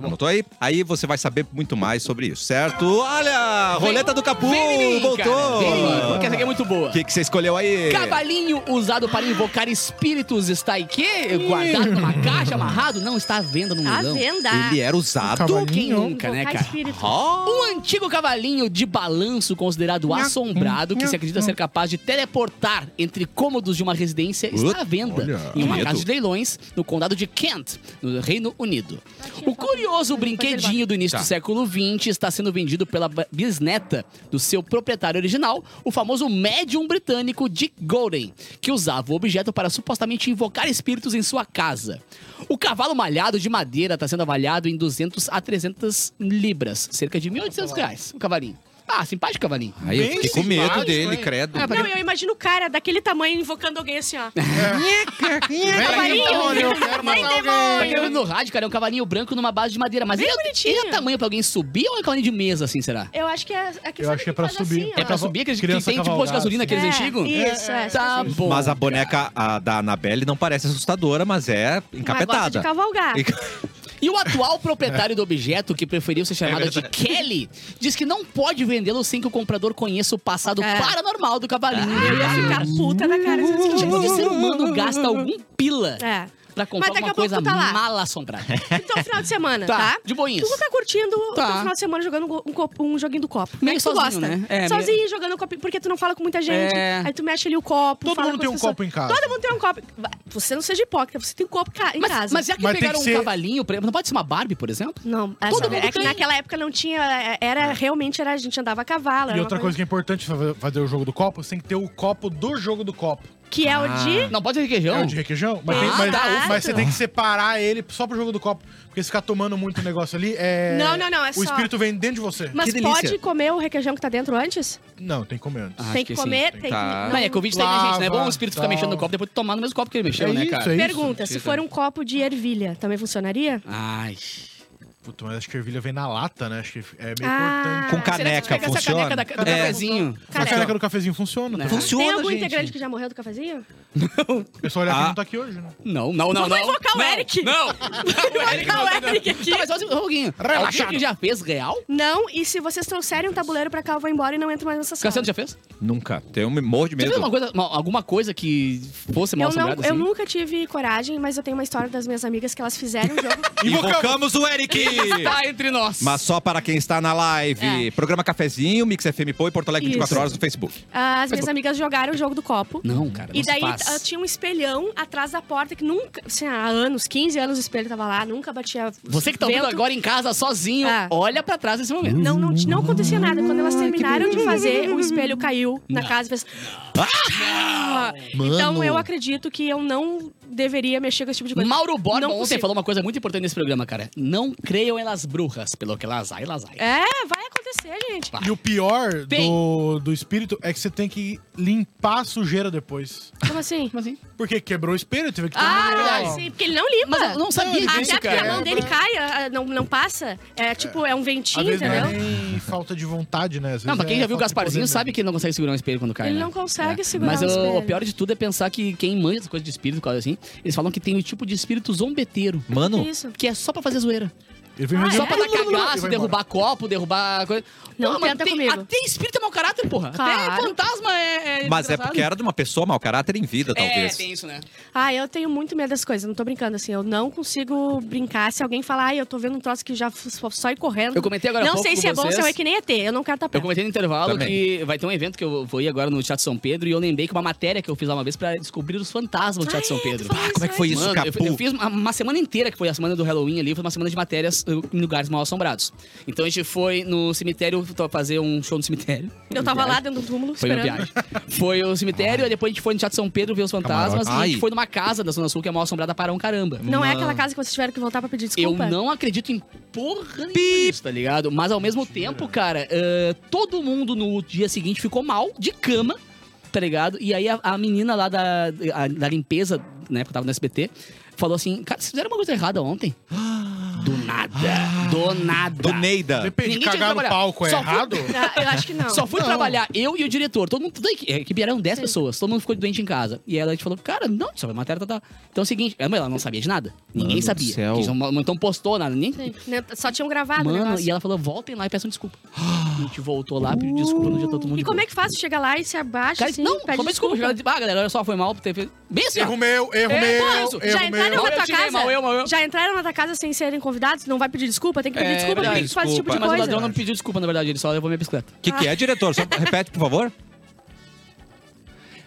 A: Anotou aí? Aí você vai saber muito mais sobre isso, certo? Olha, roleta do Capu
B: Vem em mim, cara, vem em mim,
A: voltou.
B: porque essa aqui é muito boa.
A: O que é? que você escolheu aí?
B: Cavalinho usado para invocar espíritos está aí que guardado numa caixa, amarrado, não está à venda no
C: À
B: leilão.
C: venda.
B: é
C: um
A: Ele era usado.
D: Cavalinho.
B: Quem
D: Invocar
B: nunca, né,
C: Invocar
B: cara?
C: espírito.
A: Oh,
B: Um antigo cavalinho de balanço considerado assombrado que se acredita ser capaz de teleportar entre cômodos de uma residência está à venda
D: olha.
B: em uma
A: Medo.
B: casa de leilões no condado de Kent, no Reino Unido. O curioso brinquedinho do início
A: Tá.
B: do século XX está sendo vendido pela ba- bisneta do seu proprietário original, o famoso médium britânico Dick Golden, que usava o objeto para supostamente invocar espíritos em sua casa. O cavalo malhado de madeira está sendo avaliado em 200 a 300 libras, cerca de 1.800 reais o cavalinho. Ah, simpático cavalinho.
A: aí eu fiquei com medo
D: simpático,
A: dele,
D: hein?
A: credo.
B: Ah,
C: Não, eu imagino o cara daquele tamanho invocando alguém assim, ó.
D: Vem, demônio, eu quero
C: Vem,
D: matar
B: Tá
D: alguém.
B: gravando no rádio, cara, é um cavalinho branco numa base de madeira, mas
C: Bem
B: ele, é-
C: bonitinho.
B: ele é tamanho pra alguém subir ou é um cavalinho de mesa, assim, será?
C: Eu acho que é. é que
D: Eu
C: sabe
D: acho que
C: quem
D: é pra
C: faz
D: subir.
C: assim, ó?
B: É
A: Ah,
B: pra subir aqueles que tem
D: Criança
B: tipo posto de
D: cavalgada,
B: gasolina, aqueles
C: É,
B: antigos?
C: Isso, é.
B: Tá bom.
A: Mas a boneca a da Anabelle não parece assustadora, mas
C: Mas
A: é
C: gosta de
A: encapetada.
C: cavalgar.
A: E-
B: E o atual proprietário do objeto, que preferiu
D: É
B: ser chamado de Kelly, diz que não pode vendê-lo sem que o comprador conheça o passado
C: É. Ah.
B: paranormal do cavalinho.
C: Eu ia ficar puta da cara. se eu
B: Já que
C: descobrir.
B: o ser humano gasta algum pila
C: É.
B: pra comprar
C: Mas daqui
B: alguma
C: a pouco
B: coisa
C: tu tá lá.
B: mal assombrada.
C: Então, final de semana,
B: Tá,
C: tá?
B: de boinhas.
C: Tu tá curtindo o
B: Tá.
C: teu final de semana jogando um, copo- um joguinho do copo.
B: Meio
C: é que
B: sozinho,
C: tu gosta.
B: né? É,
C: sozinho, jogando o copinho, porque tu não fala com muita gente.
B: É.
C: Aí tu mexe ali o copo.
D: Todo
C: fala
D: mundo
C: com
D: tem
C: as
D: um
C: pessoas.
D: copo em casa.
C: Todo mundo tem um copo. Você não seja hipócrita, você tem um copo ca- em
B: Mas,
C: casa.
B: mas já que
D: Mas tem
B: pegaram
D: que
B: um
D: ser-
B: cavalinho, por exemplo, não pode ser uma Barbie, por exemplo?
C: Não, essa-
B: Todo mundo
C: é que
B: tem.
C: naquela época não tinha. é- Era realmente, era, a gente andava a cavalo.
D: E
C: era
D: outra
C: uma
D: coisa que é importante fa- fazer o jogo do copo, você tem que ter o copo do jogo do copo.
C: Que é
B: Ah.
C: o de.
B: Não pode ser
D: É
B: requeijão?
D: o de requeijão, mas, tem-
C: Ah,
D: mas-
C: tá,
D: mas você
C: outro.
D: tem que separar ele só pro jogo do copo. Porque se ficar tomando muito negócio ali, é...
C: Não, não, não, é
D: O
C: só-
D: espírito vem dentro de você.
C: Mas
A: delícia. Ah,
C: pode comer o requeijão que tá dentro antes?
D: Não, tem que comer antes.
B: Acho
C: tem
B: que
C: que
B: sim.
C: comer, tem que.
I: Tá.
B: Não, é Covid tá aí, né, gente? Não é bom o espírito ficar
D: Lava,
B: mexendo no copo depois de tomar no mesmo copo que ele mexeu,
D: É
B: né,
D: isso,
B: cara?
D: é isso.
C: Pergunta, se for um copo de ervilha, também funcionaria?
B: Ai.
D: Puta, mas acho que a ervilha vem na lata, né? Acho que é meio
C: Ah.
D: importante.
A: Com
B: Será que se
A: caneca,
B: pegar essa
A: funciona?
B: caneca da- do
A: É.
B: cafezinho?
D: A caneca do cafezinho funciona.
B: Né?
D: Né?
A: Funciona,
C: Tem algum
A: gente.
C: integrante que já morreu do cafezinho?
D: O pessoal olha que
A: Ah.
D: não tá aqui hoje, né?
B: Não, não, não.
C: Vamos
B: não.
C: invocar o
B: Não,
C: Eric.
B: Não! O Eric
C: Ah, o Eric aqui.
B: Tá, mas olha o Roguinho. Alguém
D: Relaxado.
B: que já fez real?
C: Não, e se vocês trouxerem um tabuleiro pra cá, eu vou embora e não entro mais nessa sala.
B: Cassiano já fez?
A: Nunca. Tem um morro de
B: Já fez
A: medo.
B: alguma coisa, uma- alguma coisa que fosse mal
C: eu, não,
B: assombrada?
C: eu
B: assim?
C: nunca tive coragem, mas eu tenho uma história das minhas amigas que elas fizeram um jogo.
A: Invocamos o Eric!
B: Tá entre nós.
A: Mas só para quem está na live.
B: É.
A: Programa Cafezinho, Mix FM Pô e Porto Alegre 24
C: Isso.
A: horas no Facebook.
C: Ah, As minhas amigas jogaram o jogo do copo.
B: Não, cara, não
C: E daí
B: se faz.
C: ah, tinha um espelhão atrás da porta que nunca, assim, há anos, 15 anos o espelho tava lá, nunca batia.
B: Você que tá
C: vento.
B: ouvindo agora em casa sozinho,
C: Ah.
B: olha pra trás nesse momento.
C: Não, não, não acontecia nada. Quando elas terminaram de fazer, o espelho caiu na casa e fez. Ah! Então eu acredito que eu não deveria mexer com esse tipo de coisa.
B: Mauro Borba
C: Não
B: ontem
C: consigo.
B: falou uma coisa muito importante nesse programa, cara. Não creiam elas bruxas, pelo que elas ai, elas ai.
C: É, vai acontecer, gente.
B: Tá.
D: E o pior
B: Tem.
D: do, do espírito é que você tem que limpar a sujeira depois.
C: Como assim?
B: Como assim?
D: Porque quebrou o espelho, teve que um
C: Ah,
D: terminar.
C: verdade, sim, porque ele não limpa.
B: Mas eu não sabia
D: Não,
C: Até
B: disso,
C: porque a
B: cara.
C: mão dele caia, ah, não, não passa. É tipo, é um
D: Às
C: ventinho,
D: vezes não
C: entendeu?
D: é nem falta de vontade, né? Às
B: Não,
D: vezes
B: mas quem
D: é
B: já viu o
D: falta de poder
B: Gasparzinho
D: mesmo.
B: sabe que ele não consegue segurar um espelho quando cai.
C: Ele
B: né?
C: não consegue
B: É.
C: segurar
B: Mas
C: um
B: o-
C: espelho.
B: o pior de tudo é pensar que quem manja essa coisa de espírito, coisa assim, eles falam que tem o tipo de espírito zombeteiro.
A: Mano,
C: Isso.
B: Que é só pra fazer zoeira.
D: Ele vem
C: Ah,
D: mesmo-
B: só
C: é?
B: pra
D: Ele vai
B: tacar
D: embora.
B: gasto, derrubar copo, derrubar coisa.
C: Não,
B: mas
C: tenta
B: tem-
C: comigo.
B: Até espírito é mau caráter, porra. Até
C: Claro.
B: fantasma é. é
A: mas é
B: desgraçado.
A: porque era de uma pessoa mau caráter em vida,
B: É,
A: talvez.
B: tem isso, né?
C: Ah, eu tenho muito medo das coisas, não tô brincando assim. Eu não consigo brincar se alguém falar, ai, eu tô vendo um troço que já f- só só ir correndo.
B: Eu comentei agora há
C: Não
B: pouco
C: sei
B: com
C: se é bom, se
B: vocês.
C: é que nem ET. Eu não quero estar
B: Eu
C: perto.
B: comentei no intervalo
A: Também.
B: que vai ter um evento que eu vou ir agora no Teatro São Pedro e eu lembrei que uma matéria que eu fiz lá uma vez pra descobrir os fantasmas do
C: Ah,
B: Teatro São
C: é,
B: Pedro.
C: tu falou
A: Como é que foi isso,
B: Mano, eu,
A: Capu?
B: eu fiz uma, uma semana inteira, que foi a semana do Halloween ali, foi uma semana de matérias eh, em lugares mal assombrados. Então a gente foi no cemitério to- fazer um show no cemitério.
C: Eu tava lá dentro do túmulo
B: Foi uma
C: esperando.
B: viagem. Foi o cemitério, aí depois a gente foi no Teatro São Pedro ver os fantasmas
A: Camarote.
B: e a gente
A: Ai.
B: foi numa casa da Zona Sul que é mal assombrada para um caramba.
C: Não é aquela casa que vocês tiveram que voltar pra pedir
B: Eu
C: desculpa?
B: não acredito em porra nenhuma disso, tá ligado? Mas ao mesmo tempo, cara, eh, todo mundo no dia seguinte ficou mal, de cama, tá ligado? E aí a, a menina lá da, a- da limpeza, né, porque eu tava no SBT, falou assim, cara, vocês fizeram uma coisa errada ontem. Do nada, do nada.
A: Do Neida.
D: Depende,
B: Ninguém tinha que
D: cagar no
B: trabalhar.
D: palco é
B: Só fui-
D: errado?
C: Ah, Eu acho que não.
B: Só fui trabalhar, eu e o diretor. Todo mundo, toda a equipe, a equipe eram 10 pessoas, todo mundo ficou doente em casa. E ela a gente falou, cara, não, isso é matéria, tá, tá. Então é o seguinte, ela ela não sabia de nada. Ninguém
A: do
B: sabia.
A: céu.
B: Que isso não- Então postou nada, nem,
C: Sim. Né, Só tinham gravado o
B: Mano,
C: negócio.
B: e ela falou, voltem lá e peçam desculpa. a gente voltou lá, pediu desculpa, no dia todo mundo.
C: E como é que faz? Chega lá e se abaixa,
B: Cara,
C: assim,
B: não,
C: pede
B: como é desculpa? Ela disse, Ah, galera, olha só, foi mal por ter feito. Bem assim, ó.
D: Erro meu, erro
B: É,
D: meu,
B: não, isso.
D: erro
C: Já
D: meu.
C: entraram na
B: Mal eu
C: tua
B: tirei,
C: casa?
B: mal eu, mal eu.
C: Já entraram na tua casa sem serem convidados? Não vai pedir desculpa? Tem que pedir
B: É,
C: desculpa? Por que
B: verdade,
C: que tu faz esse tipo de
B: Mas o
C: coisa?
B: ladrão não pediu desculpa, na verdade, ele só levou minha bicicleta.
A: O que, que é, diretor? Só repete, por favor.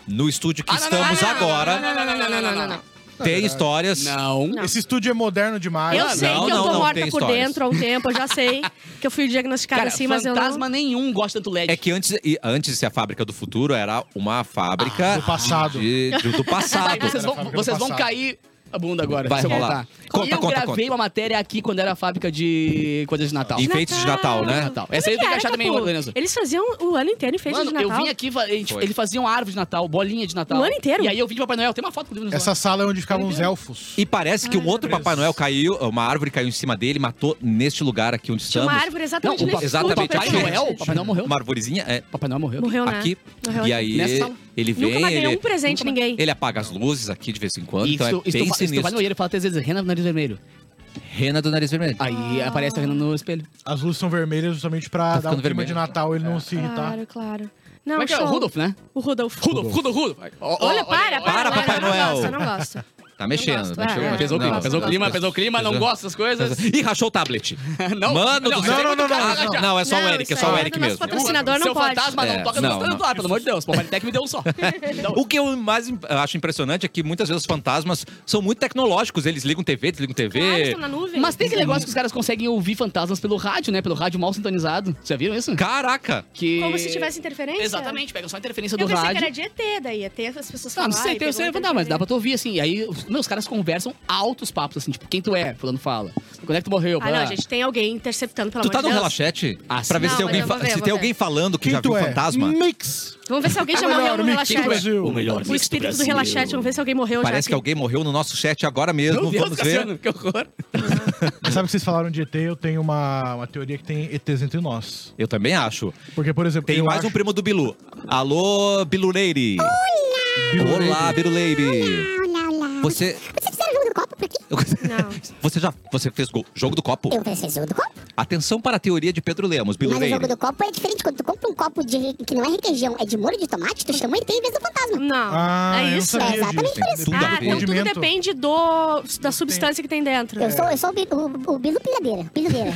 A: No estúdio que
B: Ah, não, não,
A: estamos
B: não, não,
A: agora,
B: não, não, não, não, não, não, não, não.
A: tem histórias.
B: Não. não.
D: Esse estúdio é moderno demais.
C: Eu sei
A: não,
C: que eu
A: não,
C: tô
A: não,
C: morta
A: tem
C: por
A: histórias.
C: dentro há um tempo, eu já sei que eu fui diagnosticada
B: Cara,
C: assim, mas eu
B: fantasma
C: não...
B: nenhum gosta tanto LED.
A: É que antes, e- antes de ser a fábrica do futuro, era uma
B: Ah,
A: fábrica
D: do passado.
A: de- de- do
B: Aí
A: passado.
B: vocês vão,
D: Era a fábrica do
B: vocês vão
D: passado.
B: cair a bunda agora.
A: Vai
B: se eu
A: rolar.
B: contar.
A: Conta,
B: eu
A: conta,
B: gravei
A: conta.
B: uma matéria aqui quando era a fábrica de coisas de Natal.
A: Enfeites de Natal, né?
B: Natal. Essa aí
C: Como é
B: eu tenho que
C: era,
B: achar também, tipo,
C: Capu?
B: Lorenzo.
C: Eles faziam o ano inteiro enfeite de
B: Mano,
C: Natal.
B: eu vim aqui, fa- eles,
A: Foi.
B: eles faziam um árvore de Natal, bolinha de Natal.
C: O ano inteiro?
B: E aí eu vim de Papai Noel, tem uma foto comigo no
D: Essa sala é onde ficavam os elfos.
A: E parece que um outro Papai Noel caiu, uma árvore caiu em cima dele, matou neste lugar aqui onde
C: Tinha
A: estamos.
C: uma árvore exatamente
B: Não, o
C: nesse
B: pa-
A: exatamente,
B: O Papai
A: aqui.
B: Noel, o Papai Noel morreu.
A: Uma arvorezinha, é,
B: Papai Noel morreu.
C: Morreu, né?
A: aqui.
C: Morreu,
A: E
C: né?
A: aí
B: Nessa sala.
A: ele
C: Nunca
A: vem,
C: mais ganhou
A: ele,
C: um presente ninguém.
A: ele apaga as luzes aqui de vez em quando,
B: E
A: então
B: isso,
A: é
B: isso,
A: bem
B: tu, vai- isso tu vai no
A: sinistro.
B: olho e fala, às vezes, Rena do nariz vermelho.
A: Rena do nariz vermelho.
B: Aí aparece a Rena no espelho.
D: As luzes são vermelhas justamente
B: Tá
D: pra dar um
A: ficando
D: clima de
A: vermelho.
D: Natal ele não se irritar.
C: Claro, claro. Não,
B: Como é que é?
C: show.
B: O Rudolf, né?
C: O Rudolf.
B: Rudolf, Rudolf, Rudolf. Ó, ó,
C: Olha, para,
B: ó,
C: para,
A: Papai
C: eu não
A: Noel.
C: gosto, eu não gosto.
A: Tá mexendo.
C: gosto,
A: mexeu,
C: é, é.
A: mas-
B: Pesou o clima,
A: não,
B: pesou o clima, pesou o clima, não
A: pesou-
B: gosta das coisas.
A: Ih, rachou o tablet.
B: Não,
A: Mano do
B: isso
A: céu.
B: aí é
D: Não, não,
B: muito
D: não,
B: caro,
D: não,
B: já.
A: Não, é só
C: Não,
A: o Eric, é
C: isso
A: só o
C: aí é
A: Eric
C: do nosso
A: mesmo.
C: patrocinador não
B: Seu
C: pode.
B: fantasma
A: É,
B: não toca
A: não,
B: no
A: não.
B: tanto do ar, pelo amor de Deus. Pô, Politec me deu um só. Então,
A: O que eu mais im- acho impressionante é que muitas vezes os fantasmas são muito tecnológicos. Eles ligam TV, desligam
C: Claro,
A: TV.
C: estão na nuvem.
B: Mas tem aquele negócio que os caras conseguem ouvir fantasmas pelo rádio, né? Pelo rádio mal sintonizado. Vocês já viram isso?
A: Caraca!
B: Que...
C: Como se tivesse interferência?
B: Exatamente, pega só a interferência
C: Eu
B: do
C: pensei
B: rádio.
C: que era de ET, daí ET as pessoas
B: Ah,
C: falam.
B: não sei,
C: "Ai,
B: tem, sei,
C: pegou
B: não, mas dá pra
C: interferência".
B: tu ouvir, assim. E aí, os- meu, os caras conversam altos papos, assim, tipo, quem tu é? Fulano fala. Quando é que tu morreu?
C: Ah, não,
B: blá.
C: gente, tem alguém interceptando, pelo
A: Tu
C: amor
A: tá
C: de
A: no
C: Deus.
A: relaxete?
B: Ah, sim.
A: pra ver se
C: Assim. Não, mas
A: tem, alguém,
C: eu vou
A: fa-
C: ver,
A: se
C: eu vou
A: tem
C: ver. Hum,
A: alguém falando que
D: Quem
A: já
D: tu
A: viu
B: um
D: é?
A: fantasma.
D: Mix.
C: Vamos ver se
B: Tá
C: alguém já
D: melhor
C: morreu no
D: mix do
C: relaxete.
D: Brasil.
C: O espírito do relaxete, vamos ver se alguém morreu
A: Parece que
C: já. aqui.
A: alguém morreu no nosso chat agora mesmo.
B: Meu Deus,
A: Vamos ver.
B: Cassiano, que horror.
D: Sabe que vocês falaram de ET? Eu tenho uma, uma teoria que tem ETs entre nós.
A: Eu também acho.
D: Porque, por exemplo,
A: Tem
D: eu
A: mais
D: acho-
A: um primo do Bilu. Alô, Biluleire. Olá, Biluleire.
G: Olá, olá.
A: Você,
G: Vocês fizeram jogo do copo por aqui?
C: Não.
A: você já você fez go- jogo do copo?
G: Eu fiz jogo do copo.
A: Atenção para a teoria de Pedro Lemos,
G: Mas o jogo
A: Biluleire.
G: do copo é diferente. Quando tu compra um copo de re- que não é requeijão, é de molho de tomate, tu chama e tem em vez do fantasma.
C: Não.
D: Ah,
C: é
D: eu
C: isso?
D: não sabia
G: É exatamente
D: disso.
A: isso.
B: Tá,
D: Tem
A: Ah,
C: Ah,
D: tudo
C: então tudo
D: condimento.
C: depende do, da substância que tem dentro.
G: Eu sou, eu sou o, Bi- o, o Bilo Pilhadeira. Pilhadeira.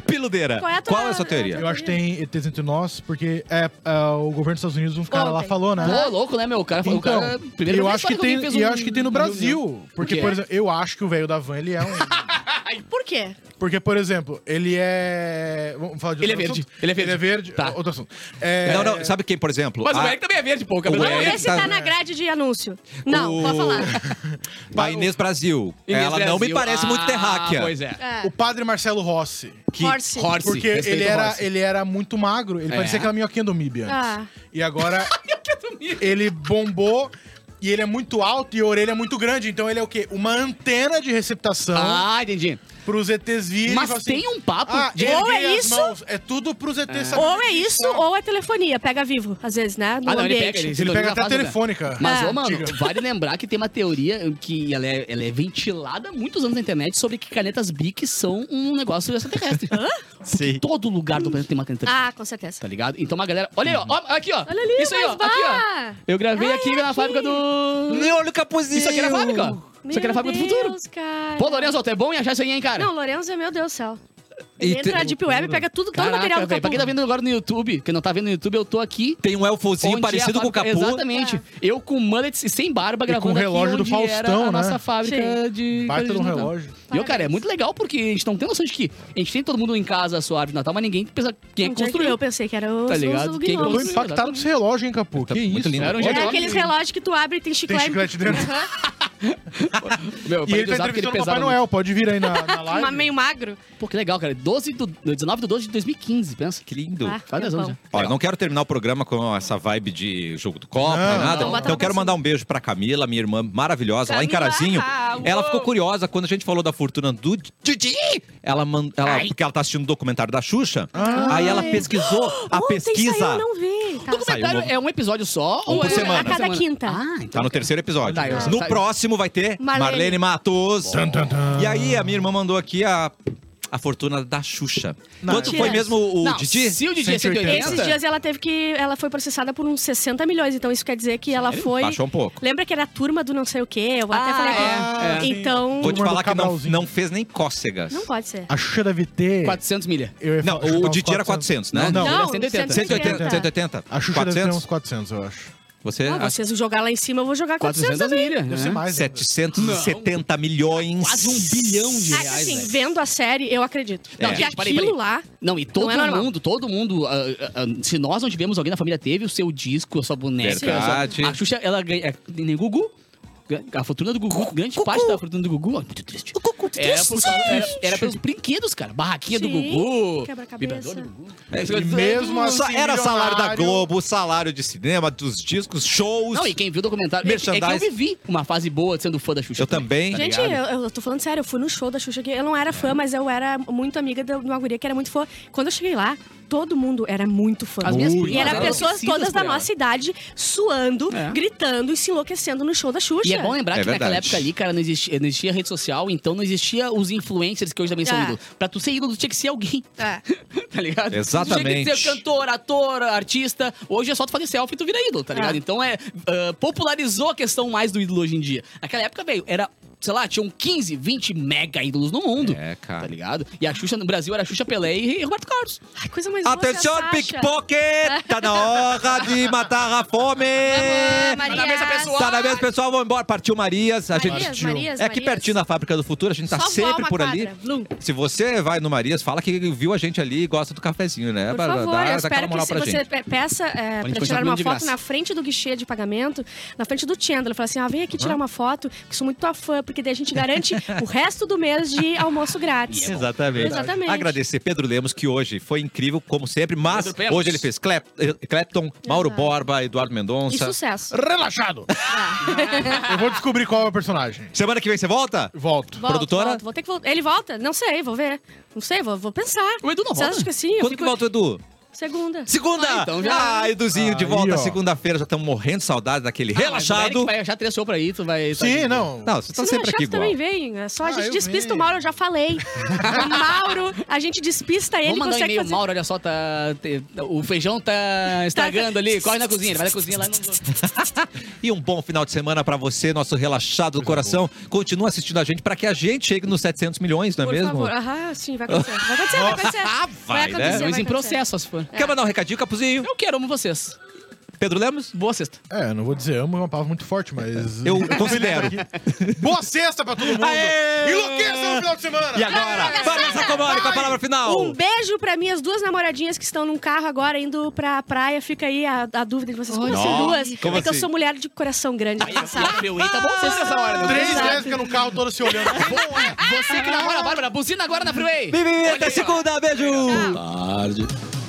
A: Biludeira,
C: Qual é a tua-
A: qual é a sua teoria?
D: Eu acho que tem ETs entre nós, porque é, ah, o governo dos Estados Unidos, um cara lá
C: Ontem.
D: falou, né?
B: Pô, louco, né, meu? O cara falou, o
D: Então,
B: cara... primeiro
D: eu
B: vez
D: acho que
B: que alguém
D: tem,
B: fez
D: e
B: um-
D: acho que tem no
B: uma
D: Brasil.
B: reunião.
D: Porque,
B: O quê?
D: por exemplo, eu acho que o velho da van, ele é um...
C: Por quê?
D: Porque, por exemplo, ele é... Vamos falar de
B: Ele
D: outro
B: é verde,
D: assunto?
B: ele é verde.
D: Ele é verde,
B: Tá.
D: outro assunto. É,
A: Não, não, sabe quem, por exemplo?
B: Mas o
A: A-
B: Eric também é verde, pô. O cabelo
A: O
B: dele é
C: Vamos
A: Eric
B: verde.
C: ver se tá
A: tá-
C: na grade de anúncio. Não,
A: O-
C: pode falar.
A: A Inês Brasil.
B: tá Inês
A: ela não me
B: Brasil.
A: parece muito
B: Ah,
A: terráquea.
B: Pois é.
C: É.
D: O padre Marcelo Rossi.
A: Que
C: Horse.
A: Horse,
D: Porque
A: respeito
D: ele era,
A: Horse.
D: ele era muito magro, ele
B: É.
D: parecia aquela minhoquinha do MIB antes.
C: Ah.
D: E agora ele bombou e ele é muito alto e a orelha é muito grande. Então ele é o quê? Uma antena de receptação
B: Ah, entendi.
D: pros ETs virem. e
B: Mas
D: falar
B: tem um papo
D: Ah,
B: de-
D: erguei
C: Ou é
D: as
C: isso-
D: mãos." É tudo pros ETs saberem
C: Ou é
D: quem
C: isso,
D: tá.
C: ou é telefonia. Pega vivo, às vezes, né? No
B: Ah, não, ele
C: ambiente.
B: pega, ele,
D: Ele pega
B: sintoniza
D: até a
B: fácil, né?
D: telefônica.
B: Mas,
C: Ah.
B: ô, mano, tá
D: Diga.
B: vale lembrar que tem uma teoria que ela é, ela é ventilada há muitos anos na internet sobre que canetas BIC são um negócio extraterrestre.
A: Sim.
B: Todo lugar do planeta tem uma caneta BIC,
C: Ah, com certeza.
B: tá ligado? Então uma galera... Olha aí,
D: Uhum.
B: ó. ó, aqui, ó.
C: Olha ali,
B: Isso aí, ó.
C: mas vá.
B: Aqui, ó. Eu gravei aqui na fábrica do...
A: Nem olha o capuzinho.
B: Isso aqui era a fábrica, ó. Isso aqui era a fábrica do futuro.
C: Deus, cara.
B: Pô, Lorenzo, tu é bom em achar isso aí, hein, cara?
C: Não, Lorenzo é meu Deus do céu.
A: E
C: Ele
A: te-
C: entra na Deep Web, pega tudo, todo o material
B: Caraca,
C: do
B: velho. Pra
C: Capu.
B: quem tá vendo agora no YouTube, quem não tá vendo no YouTube, eu tô aqui
A: Tem um elfozinho
B: Onde
A: parecido
B: é a
A: com o Capu.
B: fábrica- Exatamente.
C: É.
B: Eu com mullets e sem barba
D: com
B: gravando
D: o relógio
B: aqui
D: do
B: onde
D: Faustão,
B: era a
D: né?
B: nossa fábrica de
D: Baita
B: coisas
D: no
B: de Natal.
D: relógio.
B: E eu, cara, é muito legal porque a gente não tem noção de que a gente tem todo mundo em casa a sua árvore de Natal, mas ninguém pensa quem é
C: Onde
B: que
C: é que
B: construiu.
C: Eu pensei que era o
B: Tá ligado?
C: o
B: Quem
D: Eu tô
B: construiu?
C: Guinness.
D: impactado tá com esse relógio, hein, Capu? Que
A: muito
D: isso?
A: lindo.
B: Era um
C: É
B: jeito-
C: aqueles relógios que tu abre e tem
D: Tem
C: chiclete.
D: chiclete dentro.
B: Meu, eu
D: E
B: parei
D: ele
B: de
D: tá
B: usar porque
D: entrevistando o
B: pesava
D: Papai Noel. Pode vir aí na, na
C: Mas
D: live.
C: meio magro.
B: muito. Pô, que legal, cara. 12 do, 19 do 12 de 2015, pensa.
A: Que lindo.
C: Ah,
B: Faz 10
C: meu
B: anos
C: pão.
B: já.
A: Ó, eu não quero terminar o programa com essa vibe de jogo do copo,
D: Não,
A: nem nada.
C: não, não.
A: então eu quero mandar um beijo pra Camila, minha irmã maravilhosa, lá em
C: Camila, ah,
A: Carazinho.
C: uou.
A: Ela ficou curiosa quando a gente falou da fortuna do Didi. Ela, man- ela- porque ela tá assistindo o documentário da Xuxa. Aí ela pesquisou a
C: Ontem
A: pesquisa.
C: saiu, eu não vi. Tá.
B: O documentário
A: novo.
B: é um episódio só ou
A: por
B: é
A: semana.
C: A cada quinta.
B: Ah,
A: Tá
B: então.
A: no terceiro episódio.
B: Tá, eu-
A: no
B: tá-
A: próximo vai ter Marlene,
C: Marlene.
A: Matos.
D: Tan, tan, tan.
A: E aí, a minha irmã mandou aqui a, a fortuna da Xuxa. Quanto
C: Mentira.
A: foi mesmo o, o
B: Não,
A: Didi?
B: Se o Didi é
D: 180.
B: 180.
C: Esses dias ela teve que. Ela foi processada por uns 60 milhões, então isso quer dizer que ela foi.
A: Baixou um pouco.
C: Lembra que era a turma do não sei o quê? Eu vou até
B: Ah,
C: falei.
B: é,
D: é.
C: Então.
A: Vou te
D: Turma do
A: falar que não,
D: Cabralzinho.
A: não fez nem cócegas.
C: Não pode ser.
D: A Xuxa deve ter...
B: 400 milha.
D: Eu ia
A: Não,
D: falar- chutar
A: o
D: uns
A: Didi era 400, né?
D: Não, não.
B: Não,
C: 180.
A: 180, 180?
D: A Xuxa deve ter
A: 400?
D: uns 400, eu acho.
A: Você?
C: Ah, vocês jogar lá em cima, eu vou jogar 400
B: 400
C: também.
B: milha.
D: Deve
B: né?
D: ser mais. né?
A: 770 milhões.
B: Quase um bilhão de
C: Ah,
B: reais,
C: assim,
B: velho.
C: vendo a série, eu acredito.
A: Não,
C: Porque
B: gente, peraí,
C: aquilo
B: peraí.
C: lá.
B: Não, e todo
C: Não é normal.
B: mundo, todo mundo. ah, ah, ah, se nós não tivemos alguém na família, teve o seu disco, a sua boneca.
A: Verdade.
B: a sua- A Xuxa, ela ganha. é, Nem Gugu. A fortuna do Gugu, grande parte da fortuna do Gugu, ó, muito triste. Era, por causa- era- era pelos brinquedos, cara. Barraquinha do
C: Sim,
B: Gugu.
C: quebra-cabeça.
B: vibrador do Gugu.
A: É,
D: E mesmo
A: Só
D: assim,
A: era salário da
D: milionário.
A: Globo, salário de cinema, dos discos, shows.
B: Não, e quem viu o documentário. É, que- é que eu
A: Merchandise.
B: vivi uma fase boa de sendo fã da Xuxa.
A: Eu também.
B: Tá
C: Gente, eu,
B: ligado? É.
C: eu tô falando sério, eu fui no show da Xuxa aqui. Eu não era fã, mas eu era muito amiga de uma guria que era muito fã. Quando eu cheguei lá, todo mundo era muito fã.
B: As minhas
C: e
B: primas
C: era
B: eram
C: pessoas
B: enlouquecidas
C: todas da
B: por ela.
C: nossa idade suando,
B: É.
C: gritando e se enlouquecendo no show da Xuxa.
B: E é bom lembrar
A: É
B: que naquela
A: verdade.
B: época ali, cara, não existia, não existia rede social, então não existia os influencers que hoje também são
C: É.
B: ídolos. Pra tu ser ídolo, tu tinha que ser alguém,
C: É.
B: tá ligado? Tu
A: Exatamente.
B: tinha que ser cantor, ator, artista. Hoje é só tu fazer selfie e tu vira ídolo, tá ligado? Então é. ah, popularizou a questão mais do ídolo hoje em dia. Naquela época, velho, era. Sei lá, tinham 15, 20 mega ídolos no mundo.
A: É, cara.
B: Tá ligado? E a Xuxa no Brasil era Xuxa Pelé e Roberto Carlos. Ah,
C: Ai, coisa mais
A: Atenção,
C: boa. que a Sasha.
A: pickpocket! Tá na hora de matar a fome!
C: Vamos, Marias.
B: Parabéns, pessoal.
A: Tá na mesa, pessoal. Vamos embora. Partiu Marias. A
C: Marias,
A: gente...
C: Marias,
A: é aqui
C: Marias.
A: pertinho da Fábrica do Futuro. A gente tá
C: Só voar
A: sempre
C: uma
A: por ali.
C: quadra. Blum.
A: Se você vai no Marias, fala que viu a gente ali e gosta do cafezinho, né?
C: Por
A: Pra-
C: favor,
A: dá- dá
C: eu
A: aquela
C: espero que
A: moral
C: se
A: pra
C: você
A: gente.
C: pe- peça é,
B: gente
C: pra
B: continuar
C: tirar uma
B: comendo de
C: foto
B: graça.
C: na frente do guichê de pagamento, na frente do Chandler. Fala assim, ah, vem aqui tirar uma foto, que sou muito tua fã, porque daí a gente garante o resto do mês de almoço
B: Tá
C: grátis.
A: Exatamente.
C: Exatamente.
A: Agradecer Pedro Lemos, que hoje foi incrível, como sempre, mas
B: Pedro Lemos.
A: hoje ele fez Clep- eh, Clapton, Mauro Borba, Eduardo
C: E
A: Mendonça.
C: sucesso.
D: Relaxado. Eu vou descobrir qual é o personagem.
A: Semana que vem você volta?
D: Volto.
C: Volto,
A: Produtora?
C: volto, vou ter que vol- Ele volta? Não sei, vou ver. Não sei, vou, vou pensar.
B: O Edu não
C: Você
B: volta?
C: acha que sim? Eu
A: Quando
C: fico-
A: que volta, o Edu? tá
C: Segunda.
A: Segunda!
B: Ah, então já.
A: Ah, Eduzinho, de
D: Aí,
A: volta
D: ó.
A: segunda-feira. Já estamos morrendo de saudade daquele relaxado.
B: Ah, mas o Eric vai achar três shows pra ir, tu vai. tá
D: Sim,
B: de-
D: não.
A: Não, você tá
C: Se não
A: sempre
C: achar,
A: aqui
C: você
A: igual.
C: também vem. É só a
D: Ah,
C: gente
D: eu
C: despista
D: venho.
C: o Mauro, eu já falei. o Mauro, a gente despista ele,
B: Vamos mandar um
C: consegue
B: e-mail,
C: fazer...
B: Mauro, olha só, tá, te- o feijão tá estragando ali. Corre na cozinha, ele vai na cozinha lá e não...
A: E um bom final de semana pra você, nosso relaxado do coração. Continua assistindo a gente pra que a gente chegue nos 700 milhões, não é
C: Por
A: mesmo? Ah,
C: favor. Ah, sim, vai acontecer. Vai acontecer, vai acontecer.
A: Vai, né?
C: acontecer,
B: Estamos
C: vai
B: em
C: acontecer.
B: processo, as fãs.
A: Quer mandar um recadinho, Capuzinho?
B: Eu quero, amo vocês.
A: Pedro Lemos?
B: Boa sexta.
D: É, eu não vou dizer amo, é uma palavra muito forte, mas.
A: Eu considero.
D: Boa sexta pra todo mundo!
A: Aê!
D: Enlouqueça no final de semana!
A: E agora, Fábio Sacomori com a palavra final.
C: Um beijo pra minhas duas namoradinhas que estão num carro agora indo pra praia. Fica aí a, a dúvida de vocês. Como assim
A: Nossa,
C: duas?
A: como
C: é que eu
A: assim?
C: sou mulher de coração grande, sabe?
B: Meu ei, tá bom sexta essa hora, né?
D: Três
C: Exato.
D: lésbicas no carro, todas se olhando. Boa, é.
B: Você que namora a Bárbara, buzina agora na freeway.
A: Bibi, até segunda, beijo!
I: Tarde.